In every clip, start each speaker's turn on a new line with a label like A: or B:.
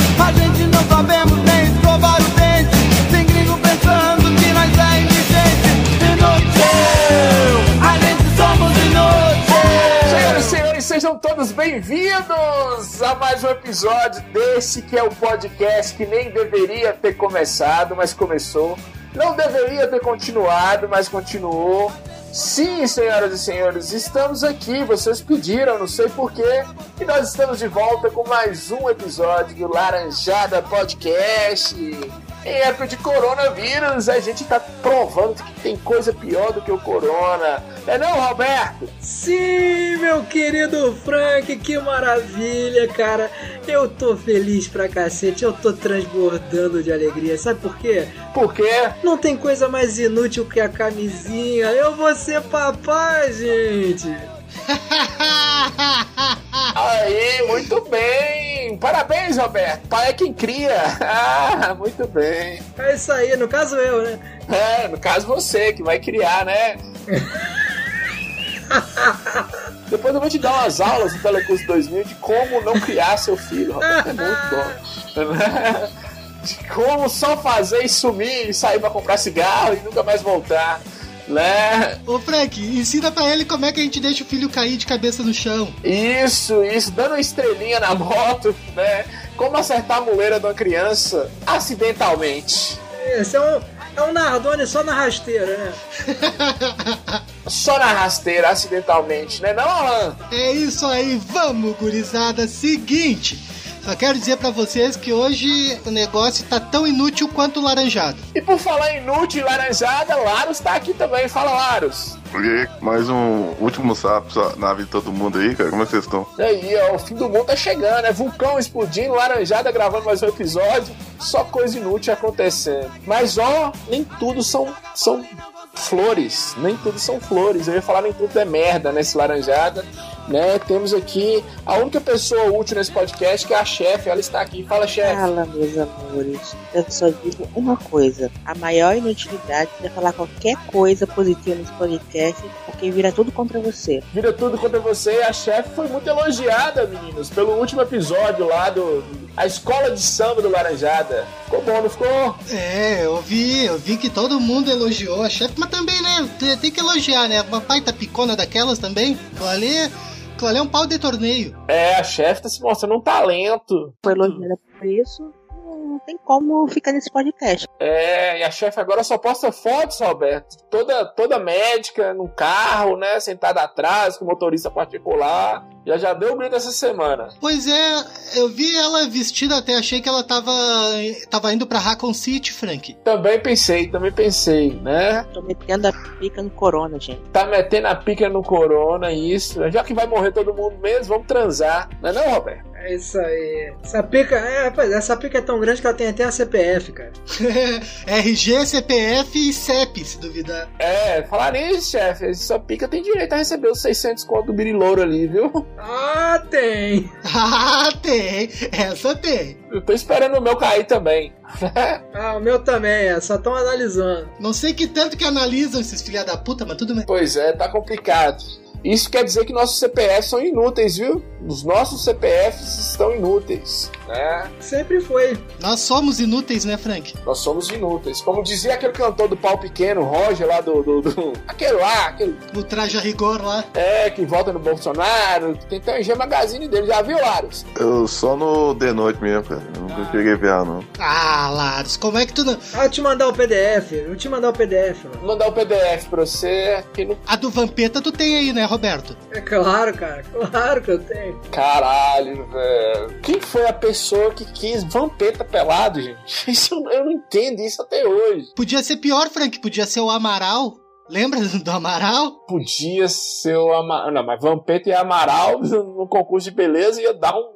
A: é
B: Sejam todos bem-vindos a mais um episódio desse que é o podcast que nem deveria ter começado, mas começou. Não deveria ter continuado, mas continuou. Sim, senhoras e senhores, estamos aqui. Vocês pediram, não sei porquê. E nós estamos de volta com mais um episódio do Laranjada Podcast. Em época de coronavírus, a gente tá provando que tem coisa pior do que o corona. É não, Roberto?
C: Sim, meu querido Frank, que maravilha, cara. Eu tô feliz pra cacete, eu tô transbordando de alegria. Sabe por quê?
B: Por quê?
C: Não tem coisa mais inútil que a camisinha. Eu vou ser papai, gente.
B: Aí, muito bem! Parabéns, Roberto! Pai é quem cria! Ah, muito bem!
C: É isso aí, no caso eu, né?
B: É, no caso você, que vai criar, né? Depois eu vou te dar umas aulas no Telecurso 2000 de como não criar seu filho, Roberto. É muito bom. De como só fazer e sumir e sair pra comprar cigarro e nunca mais voltar, né?
D: Ô Frank, ensina pra ele como é que a gente deixa o filho cair de cabeça no chão.
B: Isso, isso, dando uma estrelinha na moto, né? Como acertar a muleira de uma criança acidentalmente.
C: Esse é um, é um Nardone só na rasteira, né?
B: Só na rasteira, acidentalmente, né não, Alan?
D: É isso aí, vamos, gurizada. Seguinte, só quero dizer pra vocês que hoje o negócio tá tão inútil quanto o laranjado.
B: E por falar em nude e laranjada, Laros tá aqui também. Fala, Laros.
E: Porque mais um último sapo só na vida de todo mundo aí, cara. Como é que vocês estão?
B: E aí, ó, o fim do mundo tá chegando, é vulcão explodindo, laranjada gravando mais um episódio, só coisa inútil acontecendo. Mas ó, nem tudo são, são flores, nem tudo são flores. Eu ia falar nem tudo é merda nesse laranjada, né? Temos aqui a única pessoa útil nesse podcast que é a chefe, ela está aqui. Fala, chefe.
F: Fala, meus amores. Eu só digo uma coisa: a maior inutilidade é falar qualquer coisa positiva nesse podcast, porque vira tudo contra você.
B: Vira tudo contra você. A chefe foi muito elogiada, meninos, pelo último episódio lá do a escola de samba do Laranjada. Ficou bom, não ficou?
D: É, eu vi, eu vi que todo mundo elogiou a chefe, mas também, né? tem- Tem que elogiar, né? Uma baita picona daquelas também. Aquilo ali, aquilo ali é um pau de torneio.
B: É, a chefe tá se mostrando um talento.
F: Foi
D: Uhum.
F: elogiada por isso. não- Não tem como ficar nesse podcast.
B: É, e a chefe agora só posta fotos, Roberto. Toda, toda médica, num carro, né? Sentada atrás, com motorista particular. Já já deu o grito essa semana.
D: Pois é, eu vi ela vestida até, achei que ela tava, tava indo pra Raccoon City, Frank.
B: Também pensei, também pensei, né?
F: Tô metendo a pica no corona, gente.
B: Tá metendo a pica no corona, isso. Já que vai morrer todo mundo mesmo, vamos transar. Não é não, Roberto?
C: É isso aí. Essa pica, é, rapaz, essa pica é tão grande que ela tem até a CPF, cara.
D: RG, CPF e CEP, se duvidar.
B: É, falar nisso, chefe. Sua pica tem direito a receber os 600 conto do birilouro ali, viu?
C: Ah, tem!
D: Ah, tem! Essa tem!
B: Eu tô esperando o meu cair também.
C: Ah, o meu também, é. Só estão analisando.
D: Não sei que tanto que analisam esses filha da puta, mas tudo bem.
B: Pois é, tá complicado. Isso quer dizer que nossos CPFs são inúteis, viu? Os nossos CPFs estão inúteis, né?
C: Sempre foi.
D: Nós somos inúteis, né, Frank?
B: Nós somos inúteis. Como dizia aquele cantor do pau pequeno, Roger, lá do. do, do- aquele lá, aquele.
D: O traje a rigor lá.
B: É, que vota no Bolsonaro, que tem até um G Magazine dele, já viu, Laros?
E: Eu só no The Noite mesmo, cara. Eu Nunca cheguei a ver, ah, não.
D: Ah, Laros, como é que tu não.
C: Ah, eu te mandar o PDF. Eu te mandar o PDF, mano.
B: Vou mandar o PDF pra você. Que no
D: A do Vampeta tu tem aí, né, Roberto?
C: É claro, cara. Claro que eu tenho.
B: caralho, velho. Quem foi a pessoa que quis vampeta pelado, gente? Isso eu, eu não entendo isso até hoje.
D: Podia ser pior, Frank, podia ser o Amaral. Lembra do Amaral?
B: podia ser o Amaral. Não, mas Vampeta e Amaral no concurso de beleza ia dar um.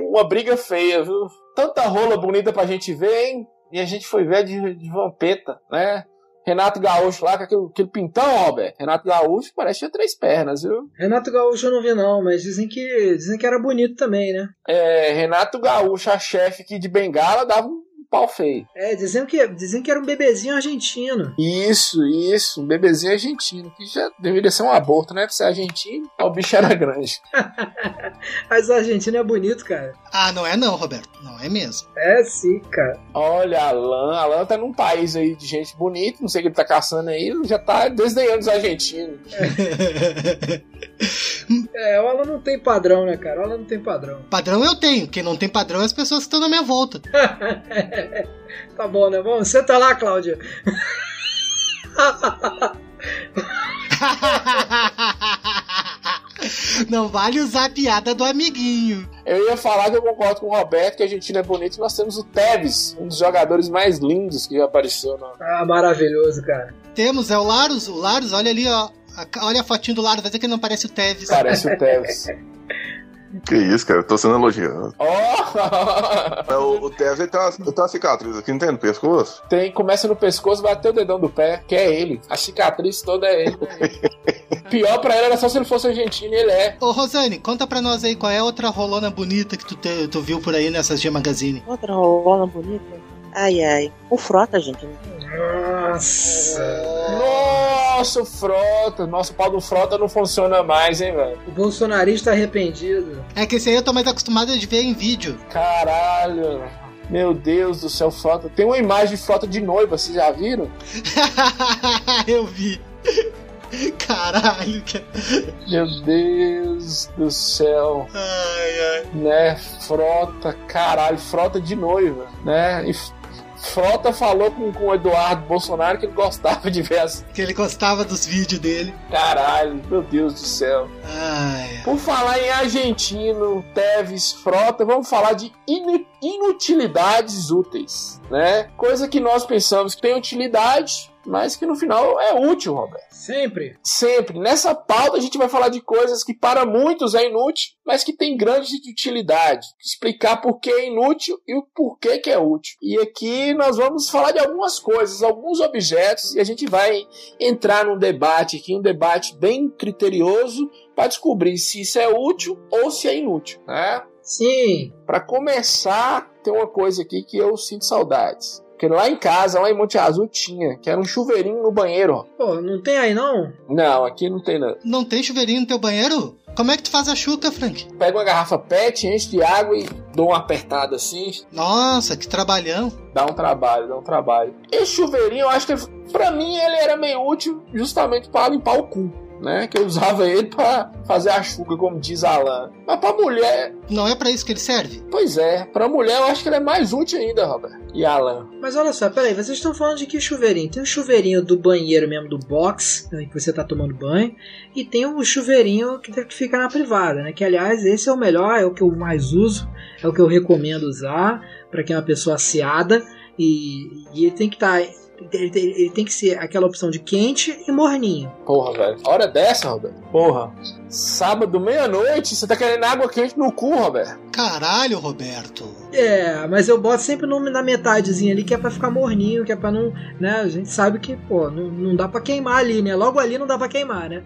B: uma briga feia, viu? Tanta rola bonita pra gente ver, hein? E a gente foi ver de, de Vampeta, né? Renato Gaúcho lá, com aquele, aquele pintão, Robert. Renato Gaúcho parece que tinha três pernas, viu?
C: Renato Gaúcho eu não vi, não, mas dizem que dizem que era bonito também, né?
B: É, Renato Gaúcho, a chefe aqui de Bengala, dava um pau feio.
C: É, dizem que, dizem que era um bebezinho argentino.
B: Isso, isso. Um bebezinho argentino, que já deveria ser um aborto, né? Pra ser argentino, o bicho era grande.
C: Mas o argentino é bonito, cara.
D: Ah, não é não, Roberto. Não é mesmo.
C: É sim, cara.
B: Olha, Alan, Alan tá num país aí de gente bonita, não sei o que ele tá caçando aí, já tá desdenhando os argentinos.
C: É, o Alan não tem padrão, né, cara? O Alan não tem padrão.
D: Padrão eu tenho. Quem não tem padrão é as pessoas que estão na minha volta.
C: tá bom, né? Bom, senta lá, Cláudia.
D: Não vale usar a piada do amiguinho.
B: Eu ia falar que eu concordo com o Roberto que a Argentina é bonita e nós temos o Tevez, um dos jogadores mais lindos que já apareceu na.
C: Ah, maravilhoso, cara.
D: Temos, é o Larus. O Larus, olha ali, ó. A- Olha a fotinho do Larus, vai dizer que ele não parece o Tevez.
B: Parece o Tevez.
E: Que isso, cara? Eu tô sendo elogiado.
B: Ó!
E: É, O, o Tevez, ele tem uma, ele tem uma cicatriz aqui, não tem no pescoço?
B: Tem, começa no pescoço, bateu o dedão do pé, que é ele. A cicatriz toda é ele. Pior pra ele era só se ele fosse argentino e ele é.
D: Ô, Rosane, conta pra nós aí qual é a outra rolona bonita que tu, te- tu viu por aí nessas G Magazine.
F: Outra rolona bonita. Ai, ai. O Frota, gente.
C: Nossa.
B: Nossa, o Frota. Nossa, o pau do Frota não funciona mais, hein, velho.
C: O bolsonarista arrependido.
D: É que esse aí eu tô mais acostumado de ver em vídeo.
B: Caralho. Meu Deus do céu, Frota. Tem uma imagem de Frota de noiva, vocês já viram?
D: eu vi. Caralho, cara.
B: Meu Deus do céu.
D: Ai, ai.
B: né? Frota, caralho, frota de noiva, né? E F- Frota falou com, com o Eduardo Bolsonaro que ele gostava de ver as.
D: Que ele gostava dos vídeos dele.
B: Caralho, meu Deus do céu.
D: Ai.
B: Por falar em argentino, Teves, Frota, vamos falar de inu- inutilidades úteis, né? Coisa que nós pensamos que tem utilidade, mas que no final é útil, Roberto.
C: Sempre.
B: Sempre. Nessa pauta a gente vai falar de coisas que para muitos é inútil, mas que tem grande utilidade. Explicar por que é inútil e o porquê que é útil. E aqui nós vamos falar de algumas coisas, alguns objetos, e a gente vai entrar num debate aqui, um debate bem criterioso para descobrir se isso é útil ou se é inútil, né?
C: Sim.
B: Pra começar, tem uma coisa aqui que eu sinto saudades. Porque lá em casa, lá em Monte Azul, tinha, que era um chuveirinho no banheiro. ó.
C: Pô, não tem aí não?
B: Não, aqui não tem nada.
D: Não tem chuveirinho no teu banheiro? Como é que tu faz a chuca, Frank?
B: pego uma garrafa PET, enche de água e dou uma apertada assim.
D: Nossa, que trabalhão.
B: Dá um trabalho, dá um trabalho. Esse chuveirinho, eu acho que pra mim ele era meio útil justamente pra limpar o cu, né? Que eu usava ele pra fazer a chuca, como diz a Alan. Mas pra mulher,
D: Não é pra isso que ele serve?
B: pois é, pra mulher eu acho que ele é mais útil ainda, Robert. E Alan.
C: Mas olha só, peraí, vocês estão falando de que chuveirinho? Tem o chuveirinho do banheiro mesmo, do box, né, que você tá tomando banho, e tem o chuveirinho que que fica na privada, né? Que aliás, esse é o melhor, é o que eu mais uso, é o que eu recomendo usar pra quem é uma pessoa aciada, e, e ele tem que estar. ele, tem- ele tem que ser aquela opção de quente e morninho.
B: Porra, velho. Hora dessa, Robert. Porra. Sábado, meia-noite, você tá querendo água quente no cu, Robert.
D: Caralho, Roberto.
C: É, mas eu boto sempre no- na metadezinha ali que é pra ficar morninho, que é pra não. Né, a gente sabe que, pô, não, não dá pra queimar ali, né? Logo ali não dá pra queimar, né?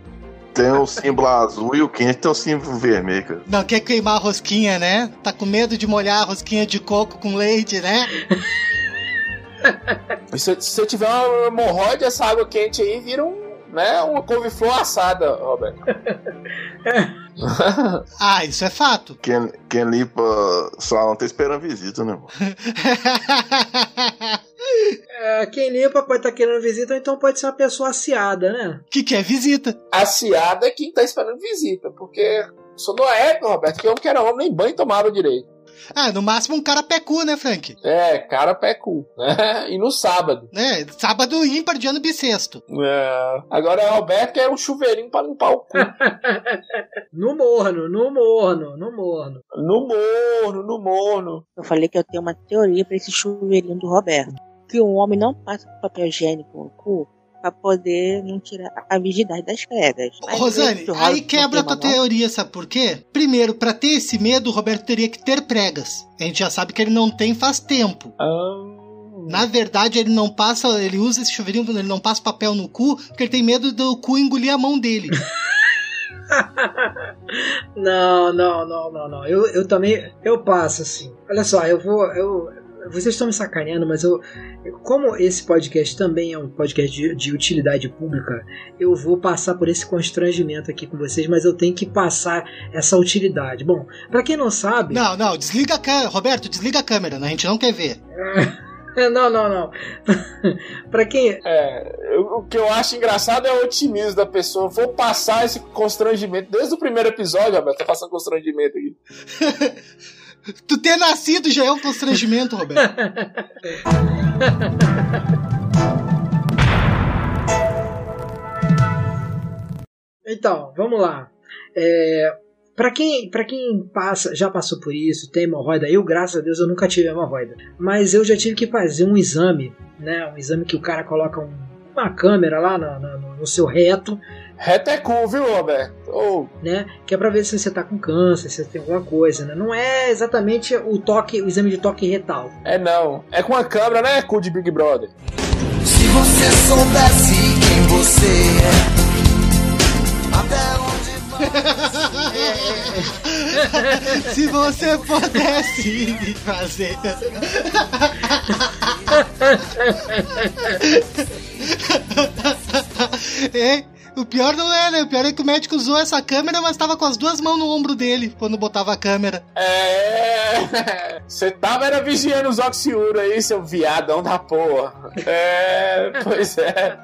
E: Tem o símbolo azul e o quente tem o símbolo vermelho, cara.
D: Não quer queimar a rosquinha, né? Tá com medo de molhar a rosquinha de coco com leite, né?
B: E se, se eu tiver uma hemorroide, essa água quente aí vira um, né, uma couve-flor assada, Robert.
D: Ah, isso é fato.
E: Quem, quem limpa salão tá esperando visita, né, mano?
C: É, quem limpa pode estar querendo visita, ou então pode ser uma pessoa aciada, né?
D: que que é visita?
B: Aciada é quem tá esperando visita, porque sou da época, Roberto, que eu que era homem nem banho tomava direito.
D: Ah, no máximo um cara pecu, né, Frank?
B: É, cara pé cu, né? E no sábado.
D: Né? Sábado ímpar de ano bissexto.
B: É. Agora é Roberto que é um chuveirinho pra limpar o cu.
C: No morno, no morno, no morno.
B: No morno, no morno.
F: Eu falei que eu tenho uma teoria pra esse chuveirinho do Roberto. Que um homem não passa papel higiênico no cu pra poder não tirar a virgindade das credas.
D: Ô,
F: Mas
D: Rosane,
F: esse Roberto
D: aí
F: não
D: quebra a
F: queima,
D: tua
F: não.
D: teoria, sabe por quê? Primeiro, pra ter esse medo, o Roberto teria que ter pregas. A gente já sabe que ele não tem faz tempo.
B: Ah,
D: Na verdade, ele não passa, ele usa esse chuveirinho, ele não passa papel no cu, porque ele tem medo do cu engolir a mão dele.
C: Não, não, não, não, não. Eu, eu também, eu passo assim. Olha só, eu vou, eu, vocês estão me sacaneando, mas eu, como esse podcast também é um podcast de, de utilidade pública, eu vou passar por esse constrangimento aqui com vocês, mas eu tenho que passar essa utilidade. Bom, pra quem não sabe,
D: não, não, desliga a câmera. Roberto, desliga a câmera, né? a gente não quer ver.
C: É, Não, não, não. pra quem.
B: É, eu- o que eu acho engraçado é o otimismo da pessoa. Vou passar esse constrangimento desde o primeiro episódio, Roberto. Tá passando constrangimento aqui.
D: Tu ter nascido já é um constrangimento, Roberto.
C: Então, vamos lá. É, para quem, pra quem passa, já passou por isso, tem hemorroida, eu, graças a Deus, eu nunca tive hemorroida. Mas eu já tive que fazer um exame, né? Um exame que o cara coloca um- uma câmera lá na- na- no- no seu reto
B: Reto é cu, viu, Roberto? Ô,
C: né? Que é pra ver se você tá com câncer, se você tem alguma coisa, né? Não é exatamente o toque, o exame de toque retal.
B: é não. É com a câmera, né? Cu de Big Brother.
A: Se você soubesse quem você é, até onde
D: Se você pudesse me fazer. Hein? O pior não é, né? O pior é que o médico usou essa câmera, mas tava com as duas mãos no ombro dele quando botava a câmera.
B: É. Você tava era vigiando os oxiuro aí, seu viadão da porra. É, pois é.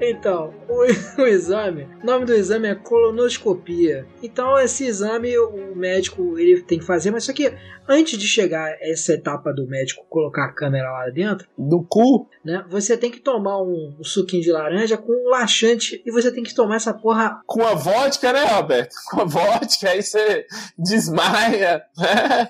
C: Então, o, o exame, o nome do exame é colonoscopia. Então, esse exame o médico ele tem que fazer, mas só que antes de chegar a essa etapa do médico colocar a câmera lá dentro,
B: Do cu?
C: né? Você tem que tomar um, um suquinho de laranja com um laxante e você tem que tomar essa porra.
B: Com a vodka, né, Roberto? Com a vodka, aí você desmaia. né?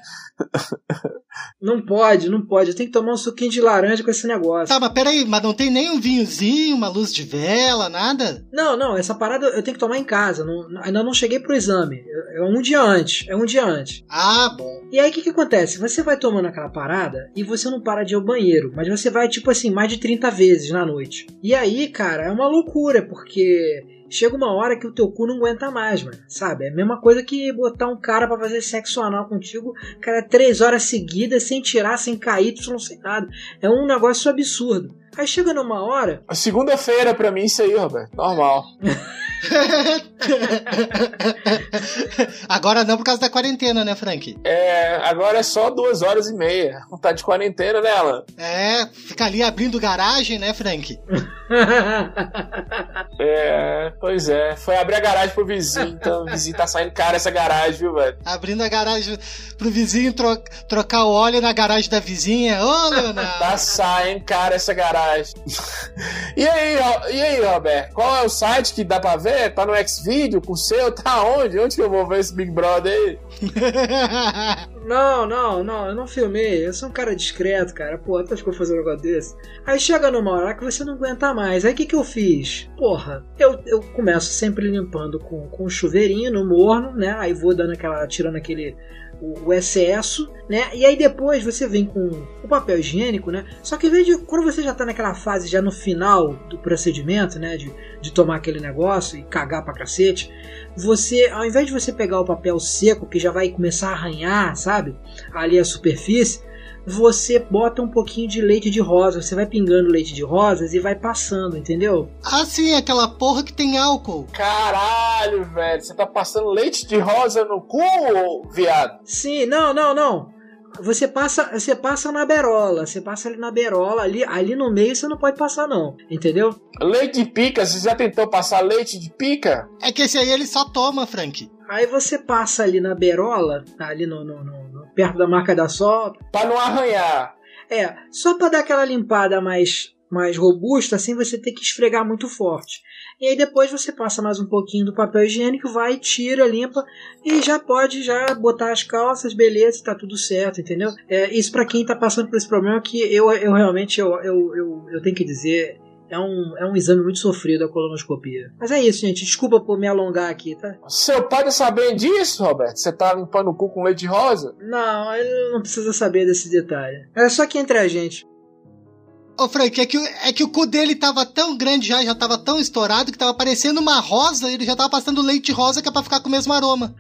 C: Não pode, não pode. Tem que tomar um suquinho de laranja com esse negócio.
D: Tá, mas peraí, mas não tem nem um vinhozinho, uma luz de vela, nada?
C: Não, não, essa parada eu tenho que tomar em casa. não- não- ainda não cheguei pro exame. É é um dia antes. É um dia antes.
D: Ah, bom.
C: E aí o que, que acontece? Você vai tomando aquela parada e você não para de ir ao banheiro. Mas você vai, tipo assim, mais de 30 vezes na noite. E aí, cara, é uma loucura, porque. Chega uma hora que o teu cu não aguenta mais, mano. Sabe? É a mesma coisa que botar um cara pra fazer sexo anal contigo, cara, três horas seguidas, sem tirar, sem cair, tu não sem nada. É um negócio absurdo. Aí chega numa hora
B: Segunda-feira pra mim, isso aí, Roberto. Normal.
D: Agora não por causa da quarentena, né, Frank?
B: É, agora é só duas horas e meia. Tá de quarentena, né, Alan?
D: É, fica ali abrindo garagem, né, Frank?
B: É, pois é. Foi abrir a garagem pro vizinho, então o vizinho tá saindo cara essa garagem, viu, velho?
D: Abrindo a garagem pro vizinho tro- trocar o óleo na garagem da vizinha. Ô, Leonardo!
B: Tá saindo cara essa garagem. e aí, Ro- e aí, Roberto? Qual é o site que dá pra ver? Tá no Xvideo? Com o seu? Tá onde? Onde que eu vou ver esse Big Brother aí?
C: Não, não, não, eu não filmei. Eu sou um cara discreto, cara. Pô, tu acha que eu vou fazer um negócio desse? Aí chega numa hora que você não aguenta mais. Aí o que, que eu fiz? Porra, eu, eu começo sempre limpando com, com um chuveirinho no morno, né? Aí vou dando aquela. tirando aquele. O, o excesso, né? E aí depois você vem com o papel higiênico, né? Só que em vez de. Quando você já tá naquela fase, já no final do procedimento, né? De, de tomar aquele negócio e cagar pra cacete você, ao invés de você pegar o papel seco que já vai começar a arranhar, sabe? Ali a superfície, você bota um pouquinho de leite de rosa, você vai pingando leite de rosas e vai passando, entendeu?
D: ah, sim, aquela porra que tem álcool.
B: Caralho, velho. Você tá passando leite de rosa no cu, ô viado?
C: Sim, não, não, não. Você passa, você passa na berola, você passa ali na berola, ali, ali no meio você não pode passar não, entendeu?
B: Leite de pica? Você já tentou passar leite de pica?
D: É que esse aí ele só toma, Frank.
C: Aí você passa ali na berola, ali no, no- no- no- perto da marca da sol,
B: Pra não arranhar.
C: É, só pra dar aquela limpada mais, mais robusta, sem você ter que esfregar muito forte. E aí depois você passa mais um pouquinho do papel higiênico, vai, tira, limpa e já pode já botar as calças, beleza, tá tudo certo, entendeu? É, isso pra quem tá passando por esse problema que eu, eu realmente eu, eu, eu, eu tenho que dizer. É um, é um exame muito sofrido a colonoscopia. Mas é isso, gente. Desculpa por me alongar aqui, tá?
B: Seu pai tá sabendo disso, Roberto? Você tá limpando o cu com leite de rosa?
C: Não, ele não precisa saber desse detalhe. É só que entre a gente.
D: Ô, Frank, é que, o- é que o cu dele tava tão grande já, já tava tão estourado, que tava parecendo uma rosa, ele já tava passando leite rosa que é pra ficar com o mesmo aroma.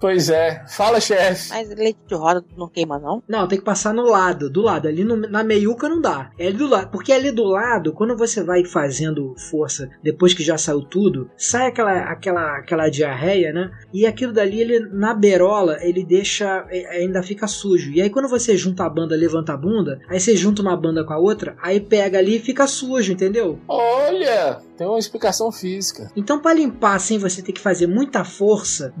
B: Pois é. Fala, chefe.
F: Mas leite de roda não queima, não?
C: Não, tem que passar no lado, do lado. Ali no- na meiuca não dá. É ali do lado. Porque ali do lado, quando você vai fazendo força, depois que já saiu tudo, sai aquela, aquela, aquela diarreia, né? E aquilo dali, ele, na berola, ele deixa. eh, ainda fica sujo. E aí quando você junta a banda, levanta a bunda, aí você junta uma banda com a outra, aí pega ali e fica sujo, entendeu?
B: Olha, tem uma explicação física.
C: Então, para limpar sem você ter que fazer muita força,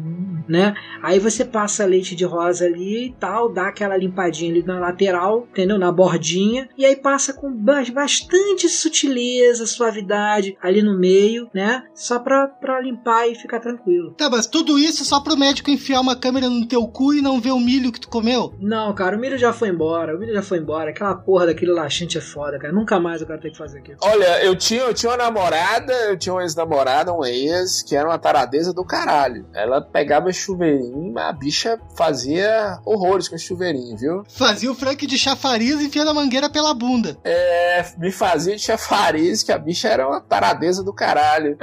C: né? Aí você passa leite de rosa ali e tal, dá aquela limpadinha ali na lateral, entendeu? Na bordinha. E aí passa com ba- bastante sutileza, suavidade ali no meio, né? Só pra, pra limpar e ficar tranquilo.
D: Tá, mas tudo isso só pro médico enfiar uma câmera no teu cu e não ver o milho que tu comeu?
C: Não, cara, o milho já foi embora, o milho já foi embora. Aquela porra daquele laxante é foda, cara. Nunca mais eu quero ter que fazer aquilo.
B: Olha, eu tinha, eu tinha uma namorada, eu tinha uma ex-namorada, uma ex, que era uma taradeza do caralho. Ela pegava chuveirinho, mas a bicha fazia horrores com esse chuveirinho, viu?
D: Fazia o Frank de chafariz enfiando a mangueira pela bunda.
B: É, me fazia de chafariz, que a bicha era uma taradeza do caralho.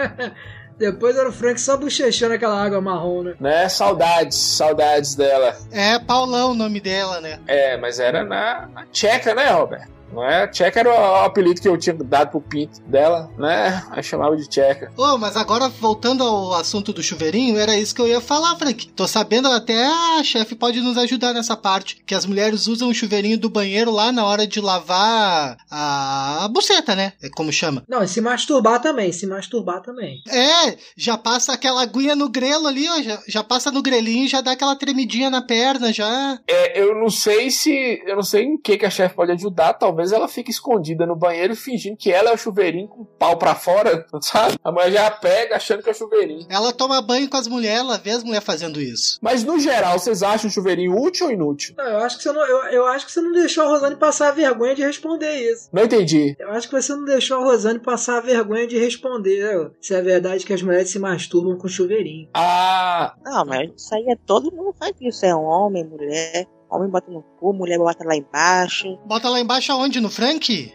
C: Depois era o Frank só bochechando aquela água marrom, né?
B: Né? Saudades, saudades dela.
D: É, Paulão o nome dela, né?
B: É, mas era na, na tcheca, né, Roberto? Não é? Tcheca era o apelido que eu tinha dado pro pinto dela, né? Aí chamava de tcheca.
D: Ô, mas agora voltando ao assunto do chuveirinho, era isso que eu ia falar, Frank. Tô sabendo até a chefe pode nos ajudar nessa parte, que as mulheres usam o chuveirinho do banheiro lá na hora de lavar a, a buceta, né? É como chama.
C: Não, e se masturbar também, se masturbar também.
D: É, já passa aquela aguinha no grelo ali, ó, já, já passa no grelinho, já dá aquela tremidinha na perna, já.
B: É, eu não sei se. Eu não sei em que, que a chefe pode ajudar. Talvez ela fique escondida no banheiro fingindo que ela é o chuveirinho com o pau pra fora, sabe? A mulher já pega achando que é o chuveirinho.
D: Ela toma banho com as mulheres, ela vê as mulheres fazendo isso.
B: Mas no geral, vocês acham o chuveirinho útil ou inútil?
C: Não, eu acho que você não, eu, eu acho que você não deixou a Rosane passar a vergonha de responder isso.
B: Não entendi.
C: Eu acho que você não deixou a Rosane passar a vergonha de responder ó, se é verdade que as mulheres se masturbam com chuveirinho.
B: Ah,
F: Não, mas isso aí é todo mundo faz isso. É homem, mulher. Homem bota no cu, mulher bota lá embaixo.
D: Bota lá embaixo aonde? No Frank?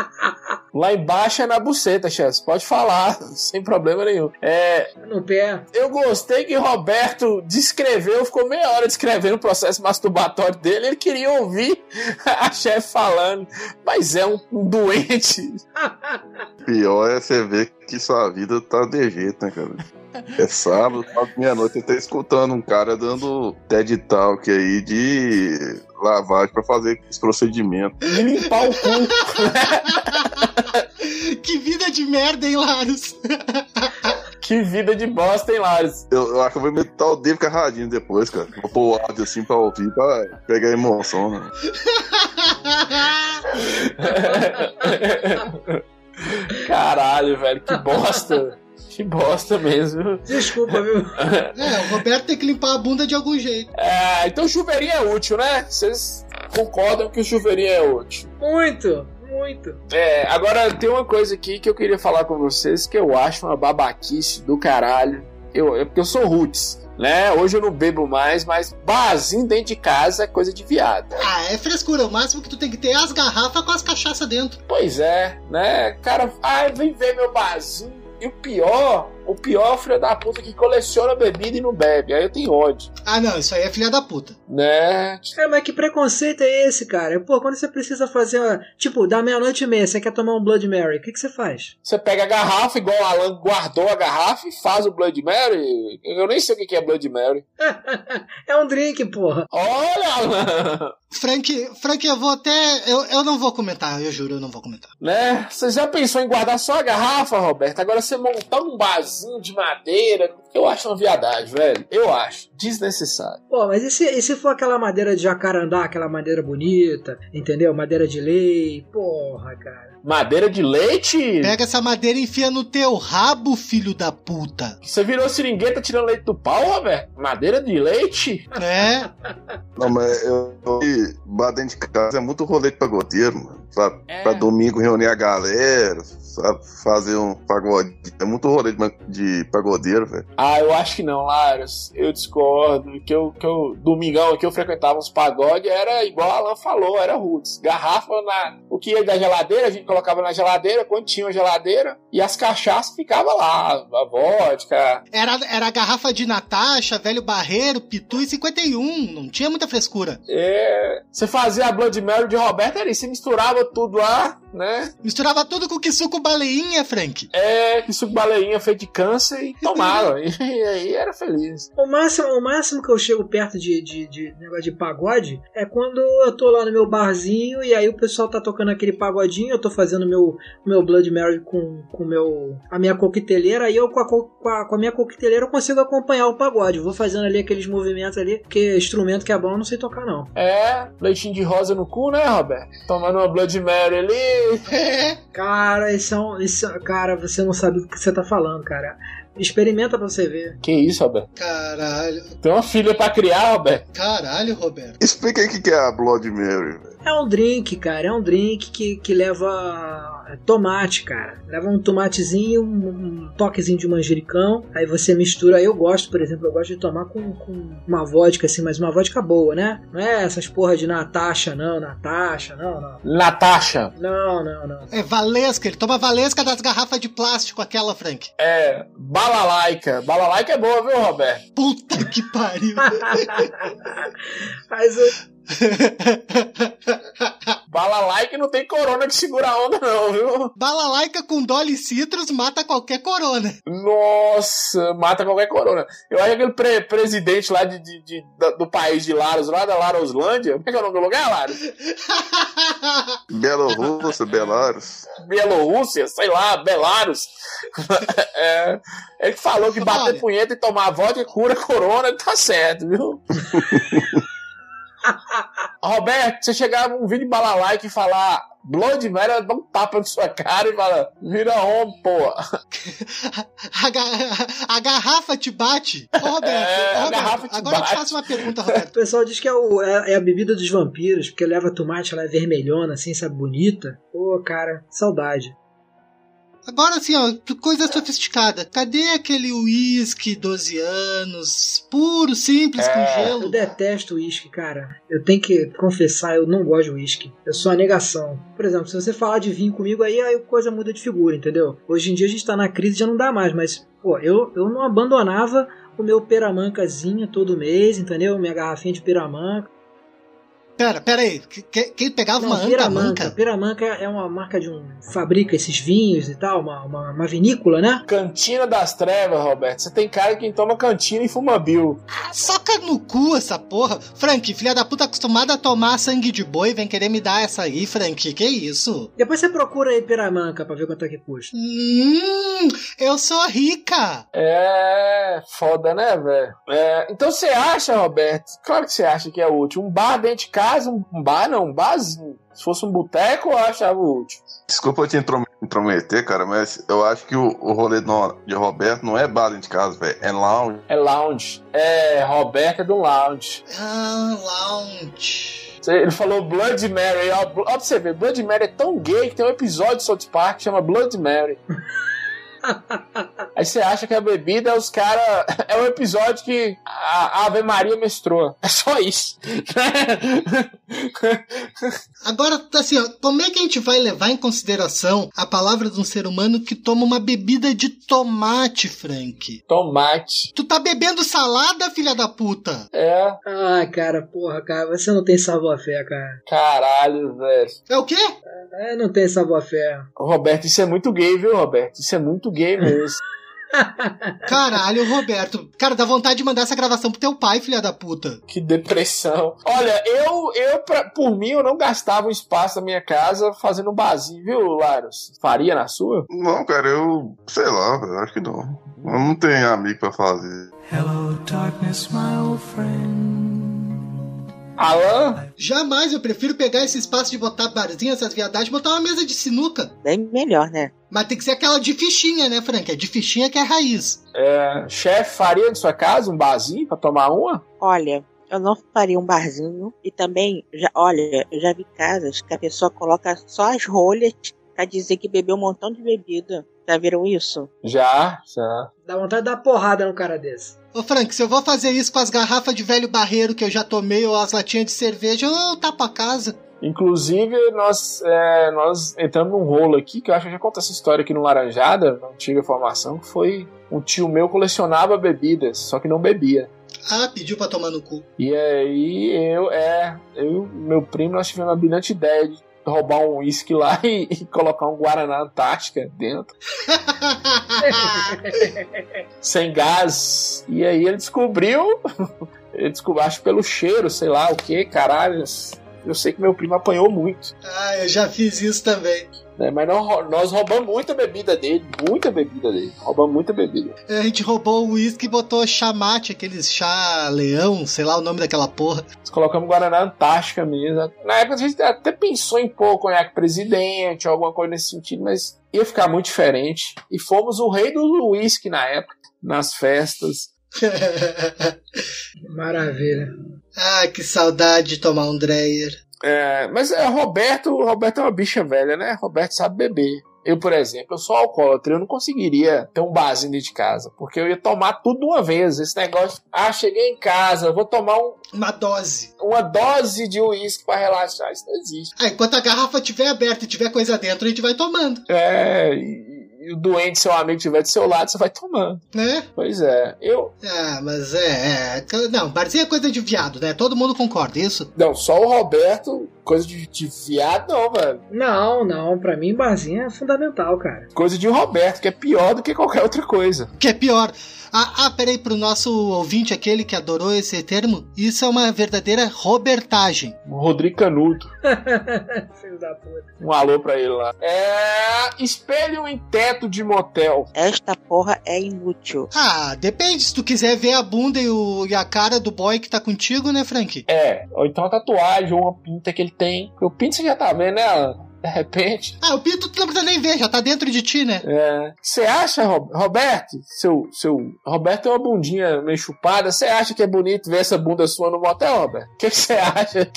B: lá embaixo é na buceta, chefe. Pode falar, sem problema nenhum. É,
C: No pé.
B: Eu gostei que Roberto descreveu, ficou meia hora descrevendo o processo masturbatório dele. Ele queria ouvir a chefe falando, mas é um, um doente.
E: Pior é você ver que sua vida tá de jeito, né, cara? É sábado, sábado, meia-noite, você tá escutando um cara dando TED Talk aí de lavagem pra fazer os procedimentos.
B: De limpar o cu.
D: Que vida de merda, hein, Larus?
B: Que vida de bosta, hein, Lares?
E: Eu, eu acho que eu vou meter o dedo carradinho depois, cara. Vou pôr o áudio assim pra ouvir, pra pegar a emoção, né?
B: Caralho, velho, que bosta. Que bosta mesmo.
C: Desculpa, viu?
D: é, o Roberto tem que limpar a bunda de algum jeito.
B: É, então o chuveirinho é útil, né? Vocês concordam que o chuveirinho é útil.
C: Muito, muito.
B: É, agora tem uma coisa aqui que eu queria falar com vocês que eu acho uma babaquice do caralho. Eu, é porque eu sou roots, né? Hoje eu não bebo mais, mas barzinho dentro de casa é coisa de viado.
D: Ah, é frescura. O máximo que tu tem que ter é as garrafas com as cachaças dentro.
B: Pois é, né? Cara, ai, vem ver meu barzinho. E o pior, o pior é o filho da puta que coleciona bebida e não bebe. Aí eu tenho ódio,
D: Ah, não, isso aí é filha da puta.
B: né?
C: Cara, É, mas que preconceito é esse, cara? Pô, quando você precisa fazer uma. Tipo, da meia-noite e meia, você quer tomar um Blood Mary, o que, que você faz?
B: Você pega a garrafa, igual o Alan guardou a garrafa e faz o Blood Mary. Eu nem sei o que que é Blood Mary.
C: é um drink, porra.
B: Olha, Alan!
D: Frank, Frank, eu vou até. Eu, eu não vou comentar, eu juro, eu não vou comentar.
B: né? Você já pensou em guardar só a garrafa, Roberto? Agora você montar um barzinho de madeira, eu acho uma viadagem, velho. Eu acho desnecessário.
C: Pô, mas e se, e se for aquela madeira de jacarandá, aquela madeira bonita, entendeu? Madeira de lei, porra, cara.
B: Madeira de leite?
D: Pega essa madeira e enfia no teu rabo, filho da puta.
B: Você virou seringueta tirando leite do pau, Roberto? Madeira de leite?
D: É?
E: Não, mas eu e bar dentro de casa é muito rolê pra goteiro, mano. Sabe?
B: É.
E: Pra domingo reunir a galera, sabe? Fazer um pagode. É muito rolê de, de pagodeiro, velho.
B: Ah, eu acho que não, Laros. Eu discordo. Que eu, que eu, domingão aqui eu frequentava uns pagode, era igual a Alan falou, era roots. Garrafa na. O que ia da geladeira, a gente colocava na geladeira, quando tinha uma geladeira, e as cachaças ficavam lá, a vodka.
D: Era, era a garrafa de Natasha, velho barreiro, pitu e 51. Não tinha muita frescura.
B: É, Você fazia a Blood Mary de Roberto, era isso, você misturava tudo lá, né?
D: Misturava tudo com suco baleinha, Frank.
B: É, que suco de baleinha feito de câncer e tomava. e aí era feliz.
C: O máximo, o máximo que eu chego perto de, de, de negócio de pagode é quando eu tô lá no meu barzinho e aí o pessoal tá tocando aquele pagodinho, eu tô fazendo meu meu Blood Mary com, com meu, a minha coqueteleira, aí eu com a, co- com, a, com a minha coqueteleira eu consigo acompanhar o pagode. Vou fazendo ali aqueles movimentos ali, porque instrumento que é bom eu não sei tocar não.
B: É, leitinho de rosa no cu, né, Roberto? Tomando uma Blood Mary ali.
C: Cara, isso é um, isso, é- cara, você não sabe do que você tá falando, cara. Experimenta pra você ver.
B: Que isso, Roberto?
D: Caralho,
B: Tem uma filha pra criar, Roberto.
D: caralho, Roberto.
E: Explica aí o que que é a Blood Mary, velho.
C: É um drink, cara. É um drink que, que leva é, tomate, cara. Leva um tomatezinho, um, um toquezinho de manjericão. Aí você mistura. Eu gosto, por exemplo, eu gosto de tomar com, com uma vodka, assim, mas uma vodka boa, né? Não é essas porra de Natasha, não, Natasha, não, não.
B: Natasha.
C: Não, não, não.
D: É valesca, ele toma valesca das garrafas de plástico, aquela, Frank.
B: É, balalaica. Balalaica é boa, viu, Roberto?
D: Puta que pariu.
C: Mas eu-
B: Balalaica não tem corona que segura a onda, não, viu?
D: Balalaica com Dolly Citrus mata qualquer corona.
B: Nossa, mata qualquer corona. Eu acho que aquele pre- presidente lá de, de- de- da- do país de Laros, lá da Laroslândia. Como é que é o nome do lugar, Laros?
E: Bielorrússia, Belarus.
B: Bielorrússia, sei lá, Belarus. É, ele que falou que bater
D: Olha.
B: punheta e tomar vodka cura corona, tá certo, viu? Roberto, você chegava um vídeo de balalaica e falar Blood Mary, ela dá um tapa na sua cara e fala, vira homem, pô.
D: A, ga- a garrafa te bate. Ô, Roberto,
B: É, a
D: Roberto,
B: garrafa te
D: agora eu
B: bate.
D: te faço uma pergunta, Roberto.
C: o pessoal diz que é, o- é- é a bebida dos vampiros, porque leva tomate, ela é vermelhona, assim, sabe, bonita. Pô, cara, saudade.
D: Agora assim, ó, coisa sofisticada. Cadê aquele uísque 12 anos, puro, simples,
B: É.
D: com
C: Eu
D: gelo?
C: detesto uísque, cara. Eu tenho que confessar, eu não gosto de uísque. Eu sou a negação. Por exemplo, se você falar de vinho comigo, aí a coisa muda de figura, entendeu? Hoje em dia a gente tá na crise já não dá mais, mas, pô, eu, eu não abandonava o meu peramancazinho todo mês, entendeu? Minha garrafinha de peramanca.
D: Pera, pera aí. Que- que- Quem pegava uma
C: Não,
D: anta
C: peramanca.
D: manca?
C: Peramanca é uma marca de um. fabrica esses vinhos e tal, uma, uma, uma vinícola, né?
B: Cantina das Trevas, Roberto. Você tem cara que toma cantina e fuma Bill.
D: Soca no cu essa porra. Frank, filha da puta acostumada a tomar sangue de boi, vem querer me dar essa aí, Frank. Que isso?
C: Depois você procura aí peramanca pra ver quanto é que custa.
D: Hum, eu sou rica.
B: É foda, né, velho? É, então você acha, Roberto? Claro que você acha que é útil. Um bar dentro de casa, um um bar não, um barzinho. Se fosse um boteco, eu achava útil.
E: Desculpa eu te introm- intrometer, cara, mas eu acho que o, o rolê do- de Roberto não é bar dentro de casa, velho. É lounge.
B: É lounge. É, Roberto é do lounge.
D: Ah, lounge.
B: Cê- Ele falou Blood Mary. Ó, bl- ó, pra você ver, Blood Mary é tão gay que tem um episódio de South Park que chama Blood Mary. Aí você acha que a bebida é os caras. É um episódio que a a Ave Maria menstrua. É só isso.
D: Agora, assim, ó, como é que a gente vai levar em consideração a palavra de um ser humano que toma uma bebida de tomate, Frank?
B: Tomate.
D: Tu tá bebendo salada, filha da puta?
B: É,
C: Ah, cara, porra, cara, você não tem salvo-fé, cara.
B: caralho, velho.
D: É o quê?
C: É, não tem savoir-faire.
B: Roberto, isso é muito gay, viu, Roberto? Isso é muito gay mesmo.
D: Caralho, Roberto. Cara, dá vontade de mandar essa gravação pro teu pai, filha da puta.
B: que depressão. Olha, eu, eu pra- por mim, eu não gastava um espaço da minha casa fazendo um barzinho, viu, Laros? Faria na sua?
E: Não, cara, eu. Sei lá, velho. Acho que não. Eu não tenho amigo pra fazer.
A: Hello, darkness, my old friend.
B: Alan?
D: Jamais, eu prefiro pegar esse espaço de botar barzinho, essas viadagens, botar uma mesa de sinuca.
F: Bem melhor, né?
D: Mas tem que ser aquela de fichinha, né, Frank? É de fichinha que é a raiz.
B: É, chefe, faria de sua casa um barzinho pra tomar uma?
F: Olha, eu não faria um barzinho. E também, já, olha, eu já vi casas que a pessoa coloca só as rolhas pra dizer que bebeu um montão de bebida. Já viram isso?
B: Já, já.
C: Dá vontade de dar porrada num cara desse.
D: Ô Frank, se eu vou fazer isso com as garrafas de velho barreiro que eu já tomei ou as latinhas de cerveja, eu tapo a casa.
B: Inclusive, nós, é, nós entramos num rolo aqui, que eu acho que eu já contei essa história aqui no Laranjada, na antiga formação, que foi um tio meu colecionava bebidas, só que não bebia.
D: Ah, pediu pra tomar no cu.
B: E aí eu, é, eu e meu primo, nós tivemos a brilhante ideia de roubar um uísque lá e, e colocar um Guaraná Antártica dentro. sem gás. E aí ele descobriu, ele descobriu, acho pelo cheiro, sei lá o que, caralho. Eu sei que meu primo apanhou muito,
D: Ah, eu já fiz isso também.
B: né? Mas nós rou- nós roubamos muita bebida dele, muita bebida dele, roubamos muita bebida.
D: A gente roubou o uísque e botou chamate, aqueles chá leão, sei lá o nome daquela porra.
B: Nós colocamos Guaraná Antártica mesmo. Na época a gente até pensou em pôr conhaque presidente, alguma coisa nesse sentido, mas ia ficar muito diferente. E fomos o rei do uísque na época, nas festas.
C: Maravilha.
D: ah, que saudade de tomar um Dreyer.
B: É, mas é, Roberto, Roberto é uma bicha velha, né? Roberto sabe beber. Eu, por exemplo, eu sou alcoólatra, eu não conseguiria ter um barzinho dentro de casa, porque eu ia tomar tudo de uma vez. Esse negócio, ah, cheguei em casa, vou tomar um-
D: Uma dose.
B: uma dose de uísque pra relaxar, isso não existe.
D: Ah, enquanto a garrafa estiver aberta e tiver coisa dentro, a gente vai tomando,
B: É, e, e o doente, seu amigo, tiver do seu lado, você vai tomando.
D: né?
B: Pois é. Eu.
D: Ah, mas é. é não, barzinho é coisa de viado, né? Todo mundo concorda, isso?
B: Não, só o Roberto, coisa de, de viado, não, velho.
C: Não, não, pra mim barzinho é fundamental, cara.
B: Coisa de Roberto, que é pior do que qualquer outra coisa.
D: Que é pior. Ah, ah, peraí, pro nosso ouvinte, aquele que adorou esse termo, isso é uma verdadeira robertagem.
B: O Rodrigo Canuto.
C: Filho da puta.
B: Um alô pra ele lá. É. Espelho em teto de motel.
F: Esta porra é inútil.
D: Ah, depende, se tu quiser ver a bunda e, o- e a cara do boy que tá contigo, né, Frank?
B: É. Ou então a tatuagem, ou uma pinta que ele tem. Porque o pinto você já tá vendo, né, Alan? De repente.
D: Ah, o pinto tu não precisa nem ver, já tá dentro de ti, né?
B: É. Você acha, Ro- Roberto? Seu, seu. Roberto tem uma bundinha meio chupada. Você acha que é bonito ver essa bunda sua no motel, Roberto? O que que você acha?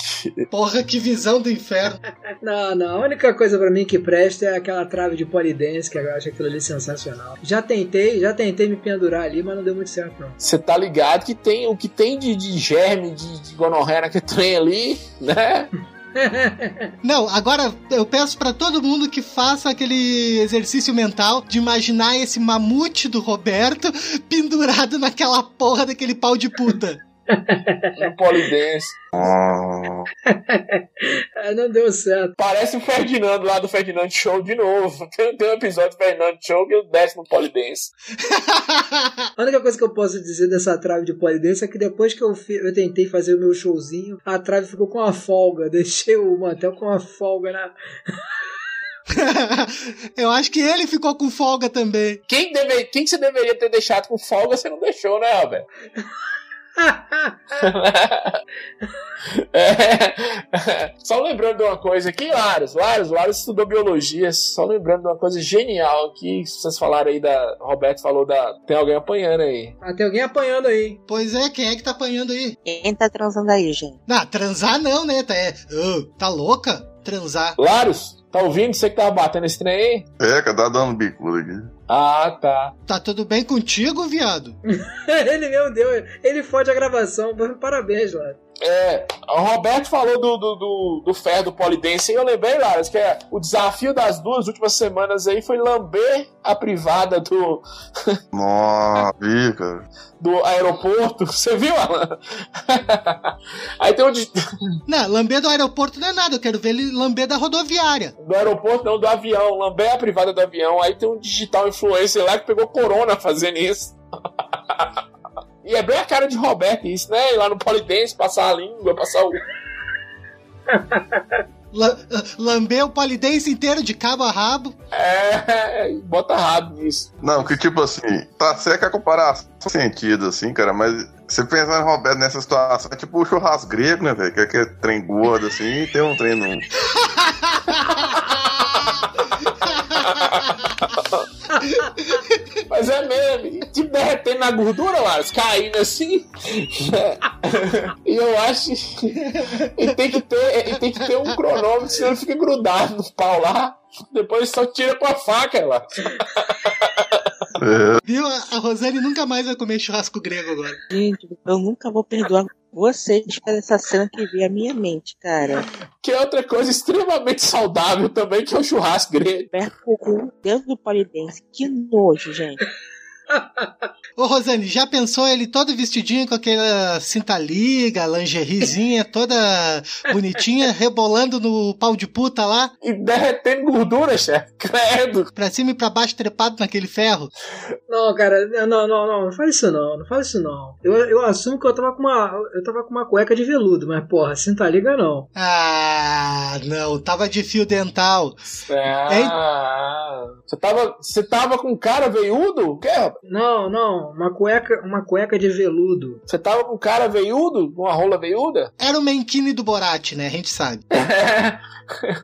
D: Porra, que visão do inferno.
C: Não, não, a única coisa pra mim que presta é aquela trave de polidense, que eu acho aquilo ali sensacional. Já tentei, já tentei me pendurar ali, mas não deu muito certo, não.
B: Você tá ligado que tem o que tem de, de germe, de, de gonorreia naquele trem ali, né?
D: Não, agora eu peço pra todo mundo que faça aquele exercício mental de imaginar esse mamute do Roberto pendurado naquela porra daquele pau de puta.
B: No polidense.
E: Ah,
C: Ah, não deu certo.
B: Parece o Ferdinando lá do Ferdinando Show de novo. Tem, tem um episódio do Ferdinando Show que ele desce no polidense.
C: A única coisa que eu posso dizer dessa trave de polidense é que depois que eu, fi- eu tentei fazer o meu showzinho, a trave ficou com uma folga. Deixei o mantel com uma folga na.
D: eu acho que ele ficou com folga também.
B: Quem, deve, quem que você deveria ter deixado com folga, você não deixou, né, Roberto? É. Só lembrando de uma coisa aqui, Laros, Laros, Laros estudou biologia, só lembrando de uma coisa genial aqui, vocês falaram aí da. Roberto falou da. Tem alguém apanhando aí.
C: ah, tem alguém apanhando aí. hein?
D: Pois é, quem é que tá apanhando aí?
F: Quem tá transando aí, gente?
D: Não, transar não, né? Tá, é, Ah, tá louca? Transar.
B: Laros, tá ouvindo? Você que tava batendo esse trem aí?
E: Peca, tá dando bicuda aqui.
B: Ah, tá.
D: Tá tudo bem contigo, viado?
C: ele mesmo deu, ele fode a gravação. Parabéns, lá.
B: É, o Roberto falou do, do, do, do ferro do polidense e eu lembrei, Laros, que é, o desafio das duas últimas semanas aí foi lamber a privada do,
E: Nossa, vi, cara.
B: do aeroporto. Você viu, Alan? aí tem um, de-
D: Não, lamber do aeroporto não é nada, eu quero ver ele lamber da rodoviária.
B: do aeroporto, não, do avião, lamber a privada do avião. Aí tem um digital influencer lá que pegou corona fazendo isso. e é bem a cara de Roberto isso, né? Ir lá no Polidense, passar a língua, passar o.
D: La- lamber o polidense inteiro de cabo a rabo.
B: É, bota rabo nisso.
E: Não, que tipo assim, tá seca a comparação no sentido, assim, cara, mas você pensar em Roberto nessa situação, é tipo o churrasco grego, né, velho? Que é aquele trem gordo, assim, e tem um trem no.
B: Mas é mesmo, tipo derretendo na gordura, Lars, caindo assim. e eu acho. E tem que ter, e tem que ter um cronômetro, senão ele fica grudado no pau lá. Depois só tira com a faca lá.
D: Viu? A Rosane nunca mais vai comer churrasco grego agora.
F: Gente, eu nunca vou perdoar vocês por essa cena que veio à minha mente, cara.
B: Que é outra coisa extremamente saudável também, que é o churrasco grego.
F: Roberto Cucu dentro do polidense. Que nojo, gente.
D: Ô, Rosane, já pensou ele todo vestidinho com aquela cinta liga, lingeriezinha, toda bonitinha, rebolando no pau de puta lá,
B: E derretendo gordura, chefe. Credo.
D: pra cima e pra baixo, trepado naquele ferro?
C: Não, cara, não, não, não, não fala isso não, não fala isso não. Eu, eu assumo que eu tava com uma. Eu tava com uma cueca de veludo, mas porra, cinta liga não.
D: Ah, não, tava de fio dental.
B: Ah, você tava, você tava com cara veiudo? O quê, rapaz?
C: Não, não, uma cueca, uma cueca de veludo.
B: Você tava com cara veiudo? Com uma rola veiuda?
D: Era o Menkini do Borat, né? A gente sabe.